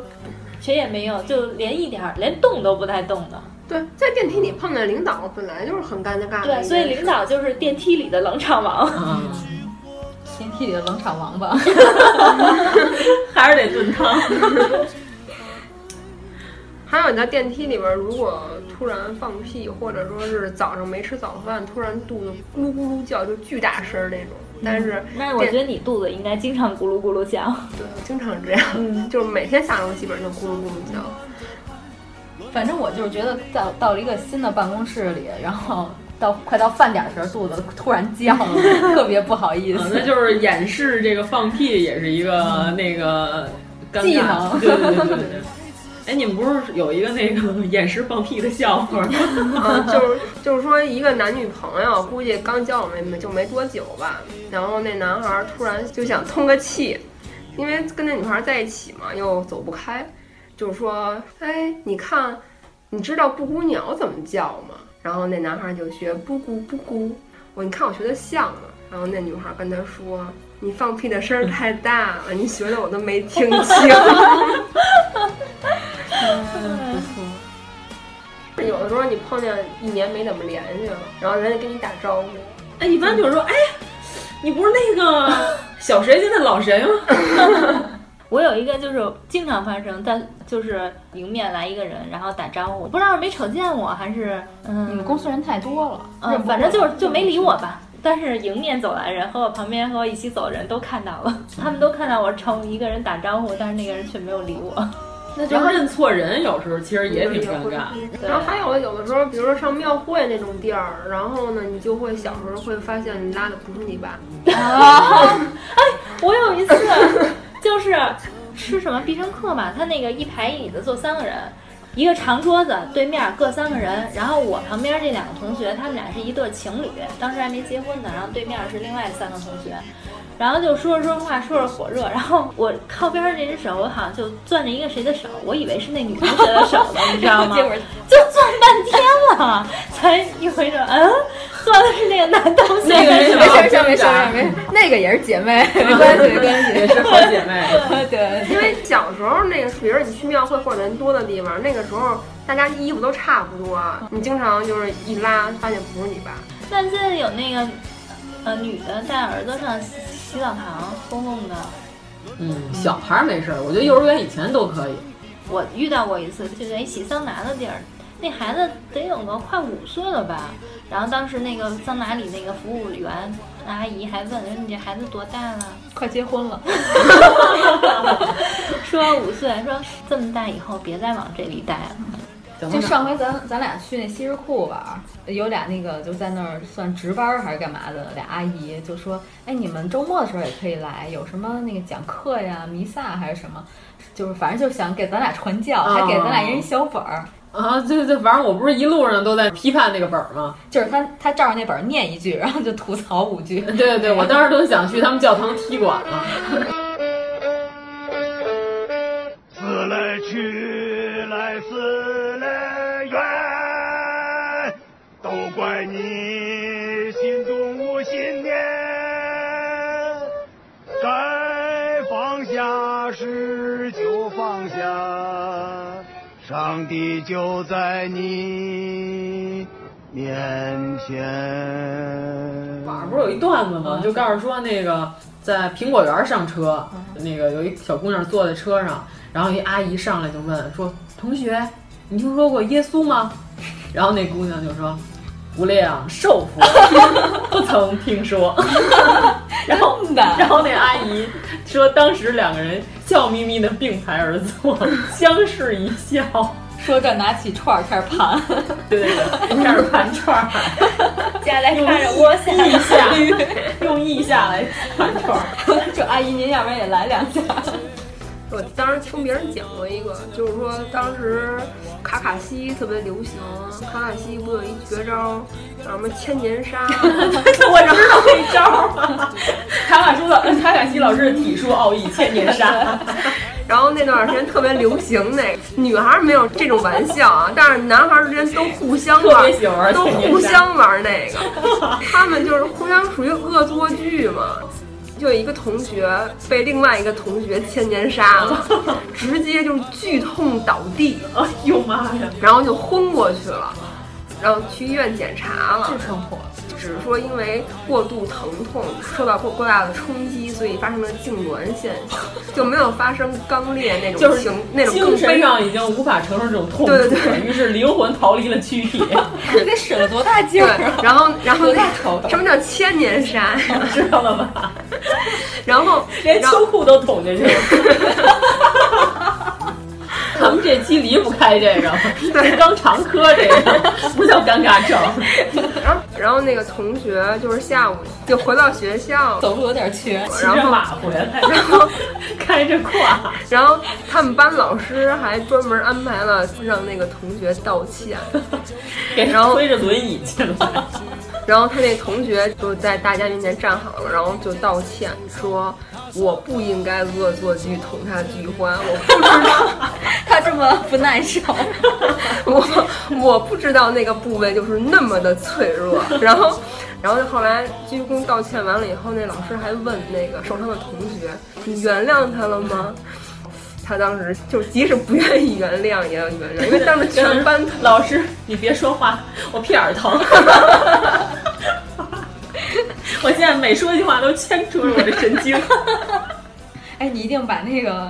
谁也没有，就连一点连动都不带动的。
对，在电梯里碰见领导本来就是很尴尬的。
对，所以领导就是电梯里的冷场王。嗯
电梯里的冷场王 八，
还是得炖汤。
还有你在电梯里边，如果突然放屁，或者说是早上没吃早饭，突然肚子咕噜咕噜叫，就巨大声那种。但是，
嗯那我觉得你肚子应该经常咕噜咕噜叫。
对，经常这样，嗯、就是每天下楼基本上就咕噜咕噜叫。
反正我就是觉得到到了一个新的办公室里，然后。到快到饭点时候，肚子突然叫 了，特别不好意思。
那就是掩饰这个放屁，也是一个那个
技能。
对对对对对。哎，你们不是有一个那个 掩饰放屁的笑话吗？
嗯，就是就是说，一个男女朋友估计刚交往没就没多久吧，然后那男孩突然就想通个气，因为跟那女孩在一起嘛，又走不开，就说：“哎，你看，你知道布谷鸟怎么叫吗？”然后那男孩就学布谷布谷，我你看我学的像吗？然后那女孩跟他说：“你放屁的声儿太大了，你学的我都没听清。
嗯”
有的时候你碰见一年没怎么联系了，然后人家跟你打招呼，
哎，一般就是说：“哎，你不是那个小谁家的老谁吗？”
我有一个就是经常发生，但就是迎面来一个人，然后打招呼，我不知道是没瞅见我还是嗯，
你们公司人太多了，
嗯，反正就是就没理我吧。但是迎面走来人和我旁边和我一起走的人都看到了，他们都看到我朝一个人打招呼，但是那个人却没有理我。
那就认错人，有时候其实也挺尴尬。
然后还有有的时候，比如说上庙会那种地儿，然后呢，你就会小时候会发现你拉的不是你爸。
啊！哎，我有一次。就是吃什么必胜客嘛，他那个一排一椅子坐三个人，一个长桌子对面各三个人，然后我旁边这两个同学，他们俩是一对情侣，当时还没结婚呢，然后对面是另外三个同学，然后就说着说着话，说着火热，然后我靠边这只手，我好像就攥着一个谁的手，我以为是那女同学的手呢，你知道 吗？
结果
就攥半天了，才一回头，嗯，攥的是那个男同学
的手， 没事没事没事， 那个也是姐妹， 没关系没关系，
也是好姐妹。
对，
因为小时候那个，比如你去庙会或者人多的地方，那个时候大家衣服都差不多，你经常就是一拉发现不是你爸。
但现在有那个呃女的带儿子上洗澡堂公共的，
嗯，小孩没事儿，我觉得幼儿园以前都可以。
我遇到过一次，就在一洗桑拿的地儿，那孩子得有个快五岁了吧。然后当时那个桑拿里那个服务员阿姨还问说：“你这孩子多大了？
快结婚了。”
说五岁，说这么大以后别再往这里带了。
就上回咱咱俩去那西直库玩，有俩那个就在那儿算值班还是干嘛的俩阿姨就说：“哎，你们周末的时候也可以来，有什么那个讲课呀、弥撒还是什么，就是反正就想给咱俩传教，
哦
还给咱俩一人一小本儿。”
啊，对对，反正我不是一路上都在批判那个本儿吗？
就是他他照着那本儿念一句，然后就吐槽五句。对
对对， 我当时都想去他们教堂踢馆 了。
思来去来思来缘，都怪你心中无信念，该放下时就放下，上帝就在你面前。
网上不是有一段子吗？就告诉说那个在苹果园上车，那个有一小姑娘坐在车上，然后一阿姨上来就问说：“同学，你听说过耶稣吗？” 然后那姑娘就说：“无量寿佛， 不曾听说。” 然后，然后那阿姨说，当时两个人笑眯眯的并排而坐， 相视一笑。
说着拿起串儿开始盘，
对对对，开始盘串 儿。
家来
用
看着窝 下
腋下， 用腋下来盘串儿。
说阿姨，您要不然也来两下？
我当时听别人讲过一个，就是说当时卡卡西特别流行，卡卡西不有一绝招叫什么千年 杀？我
知道那招。卡卡叔的，卡卡西老师的体术奥义千年 杀。
然后那段时间特别流行那个，女孩没有这种玩笑啊，但是男孩之间都互相
特
玩
别喜欢玩，
都
千年
互
杀
相玩那个，他们就是互相属于恶作剧嘛。就有一个同学被另外一个同学千年杀 了，直接就是剧痛倒地，
哎呦妈呀！
然后就昏过去了，然后去医院检查了，
生活
只是说因为过度疼痛受到过过大的冲击，所以发生了痉挛现象，就没有发生刚烈那种
就是
情那种
精
更
神
悲
上已经无法承受这种痛苦了，
对对对
于是灵魂逃离了躯体。
得使了多大劲儿啊
对然后然后
多大
那
仇
什么叫千年 杀？
知道 了吧？
然后
连
然后
秋裤都捅进去了。 咱们这期离不开这个，对，肛肠科这个不叫尴尬症。
然后然后那个同学就是下午就回到学校，
走路有点瘸
骑
然
着
后
马回来，
然后
开着胯，
然后他们班老师还专门安排了让那个同学道歉，
给
然
他
后
推着轮椅进来。
然后他那同学就在大家面前站好了，然后就道歉说我不应该恶作剧捅他菊花，我不知道
他这么不耐受，
我我不知道那个部位就是那么的脆弱。然后，然后后来鞠躬道歉完了以后，那老师还问那个受伤的同学：“你原谅他了吗？”他当时就即使不愿意原谅也要原谅，因 为当着全班
老师，你别说话，我屁眼儿疼。 我现在每说一句话都牵出了我的神 经。
哎，你一定把那个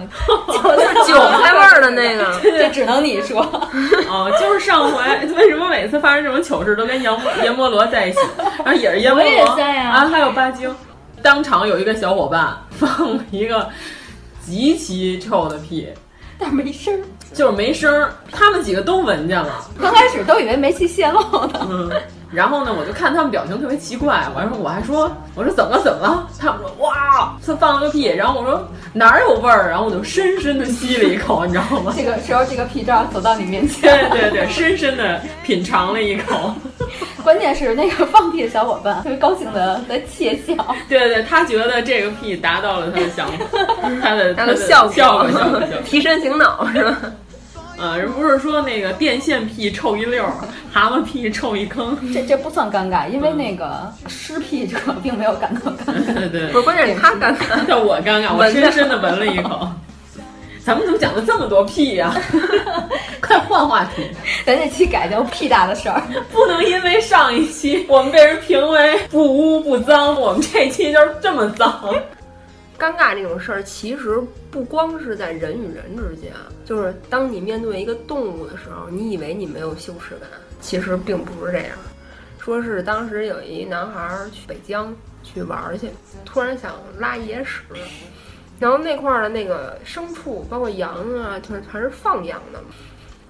韭菜味儿的那 个
这只能你说。
哦，就是上回为什么每次发生这种糗事都跟阎阎摩罗在一起，然后也是阎摩罗，
我也在啊
啊，还有巴金，当场有一个小伙伴放了一个极其臭的屁，
但没声儿，
就是没声儿，他们几个都闻见了。
刚开始都以为煤气泄漏呢。
嗯，然后呢，我就看他们表情特别奇怪，完事儿我还说，我说怎么怎么了？他们说哇，他放了个屁，然后我说哪有味儿？然啊后我就深深的吸了一口，你知道吗？
这个时候，这个屁罩走到你面
对
前，
对对，深深的品尝了一口。
关键是那个放屁的小伙伴特别高兴的在窃笑，
对对，他觉得这个屁达到了他的想法， 他的
他
的
的效
果效
果
效果效果。
提神醒脑是吧？
啊，人不是说那个电线屁臭一溜儿，蛤蟆屁臭一坑。
这这不算尴尬，因为那个湿屁嗯者并没有感到尴尬。
对对，
不是关键是他尴 尬，
但我尴尬，我深深的闻了一口。咱们怎么讲了这么多屁呀、 快换话题，
咱这期改叫屁大的事儿。
不能因为上一期我们被人评为不污不脏，我们这期就是这么脏。
尴尬这种事儿，其实不光是在人与人之间，啊就是当你面对一个动物的时候，你以为你没有羞耻感，其实并不是这样。说是当时有一男孩儿去北疆去玩儿去，突然想拉野屎，然后那块儿的那个牲畜，包括羊啊，全全是放养的，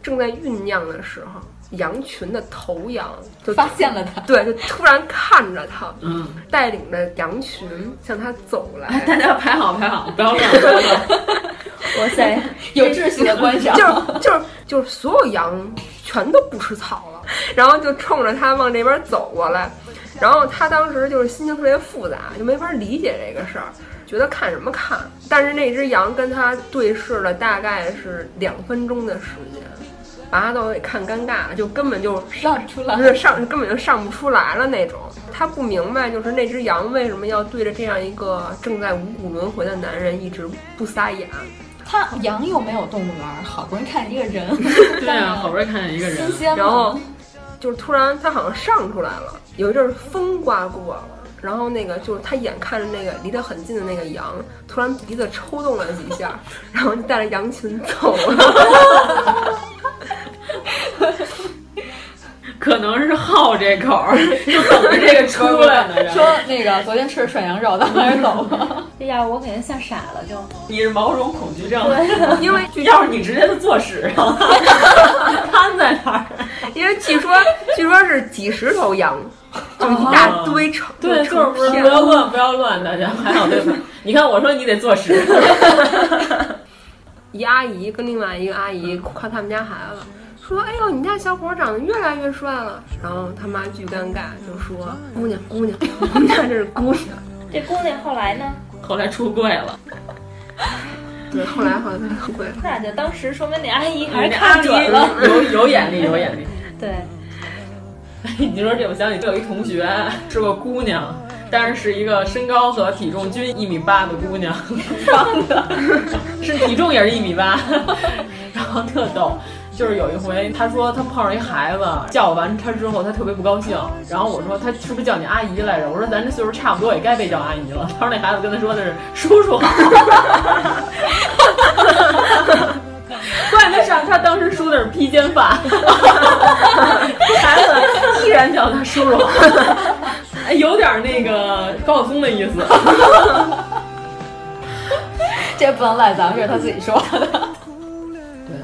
正在酝酿的时候，羊群的头羊就
发现了他，
对，就突然看着他，
嗯，
带领着羊群向他走
啊
来。
大家排好排嗯好，不要乱说了。
哇 塞，有秩序的观赏，
就是就是就是所有羊全都不吃草了，然后就冲着他往这边走过来，然后他当时就是心情特别复杂，就没法理解这个事儿，觉得看什么看？但是那只羊跟他对视了大概是两分钟的时间，把他都给看尴尬了，就根本就
上出来，
就是上根本就上不出来了那种。他不明白，就是那只羊为什么要对着这样一个正在五谷轮回的男人一直不撒眼。
他羊又没有动物园，好不容易看见一个人，
对啊，好不容易看见一个人，
新鲜。
然后就是突然他好像上出来了，有一阵风刮过了，然后那个就是他眼看着那个离他很近的那个羊，突然鼻子抽动了几下，然后就带着羊群走了。
可能是好这口 儿，就等着这个出来呢。
说那个昨天吃的涮羊肉，咱还是走吧。
这要哎我肯定吓傻了就。
你是毛绒恐惧症，
因为
要是你直接就坐屎上， 瘫在那儿。
因为据说据说是几十头羊，就一大堆成、啊、
对，就是不
不
要乱不要乱，大家还好对吧？你看我说你得坐屎。
一阿姨跟另外一个阿姨夸他们家孩子。说，哎呦，你家小伙长得越来越帅了。然后他妈巨尴尬，就说：“姑娘，姑娘，我们家这是姑娘。”
这姑娘后来呢？
后来出柜了。
对，后来好像出柜了。
那就当时说明那阿姨哎还是看准了，
有有眼力，有眼力。
对。
你说这，我想起有一同学是个姑娘，但是是一个身高和体重均一米八的姑娘，胖的，是体重也是一米八，然后特逗。就是有一回，他说他碰上一孩子，叫完他之后，他特别不高兴。然后我说他是不是叫你阿姨来着？我说咱这岁数差不多，也该被叫阿姨了。他说那孩子跟他说的是叔叔好。 关键他上他当时梳的是披肩 发，孩子依然叫他叔叔好，哎，有点那个高晓松的意 思。
这不能赖咱们，这是他自己说的。
啊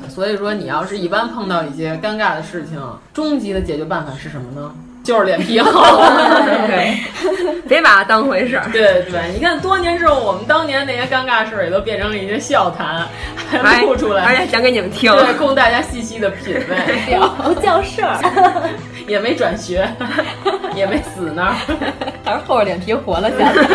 所以说，你要是一般碰到一些尴尬的事情，终极的解决办法是什么呢？就是脸皮厚，
别把它当回事儿。
对对，你看多年之后，我们当年那些尴尬事儿也都变成了一些笑谈，还录出来，
而且讲给你们听，
对，供大家细细的品味。
不叫事儿，
也没转学， 也没死那儿，
还是厚着脸皮活了 下来。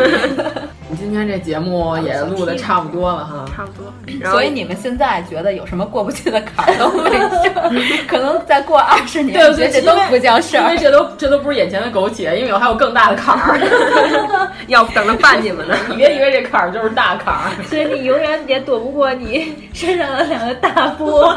今天这节目也录的差不多了哈，
差不多。
所以你们现在觉得有什么过不去的坎儿都没事， 可能再过二十年，
对
对，这都不叫事
儿，因为这都这都不是眼前的苟且，因为我还有更大的坎儿
要等着办你们呢。
你别以为这坎儿就是大坎儿，
所以你永远也躲不过你身上的两个大波。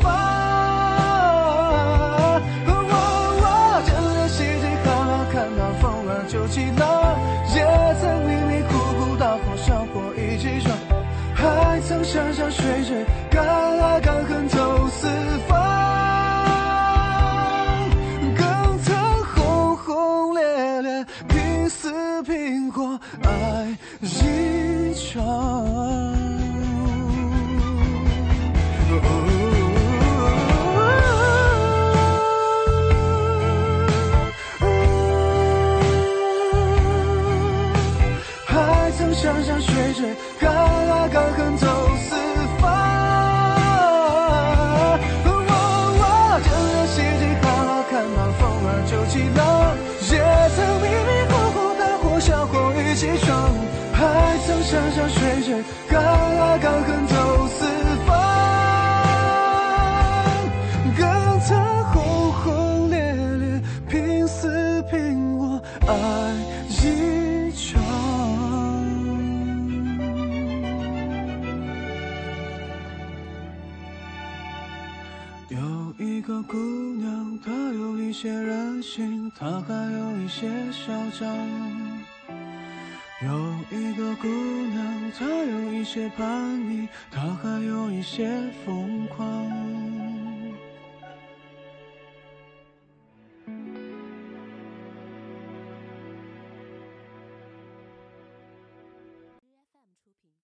方。哦哦，想念世界看了看到疯了就去了，也曾。还曾山山水水，敢爱敢恨走四方，更曾轰轰烈烈，拼死拼活爱一场。哦山山水水，敢爱敢恨走四方。哦哦，这个世界看啊看啊，风儿就起浪，也曾迷迷糊糊，大伙小伙一起闯，还曾山山水水，敢爱敢恨走四方，更曾轰轰烈烈，拼死拼活爱一场。一个姑娘，她有一些任性，她还有一些嚣张。有一个姑娘，她有一些叛逆，她还有一些疯狂。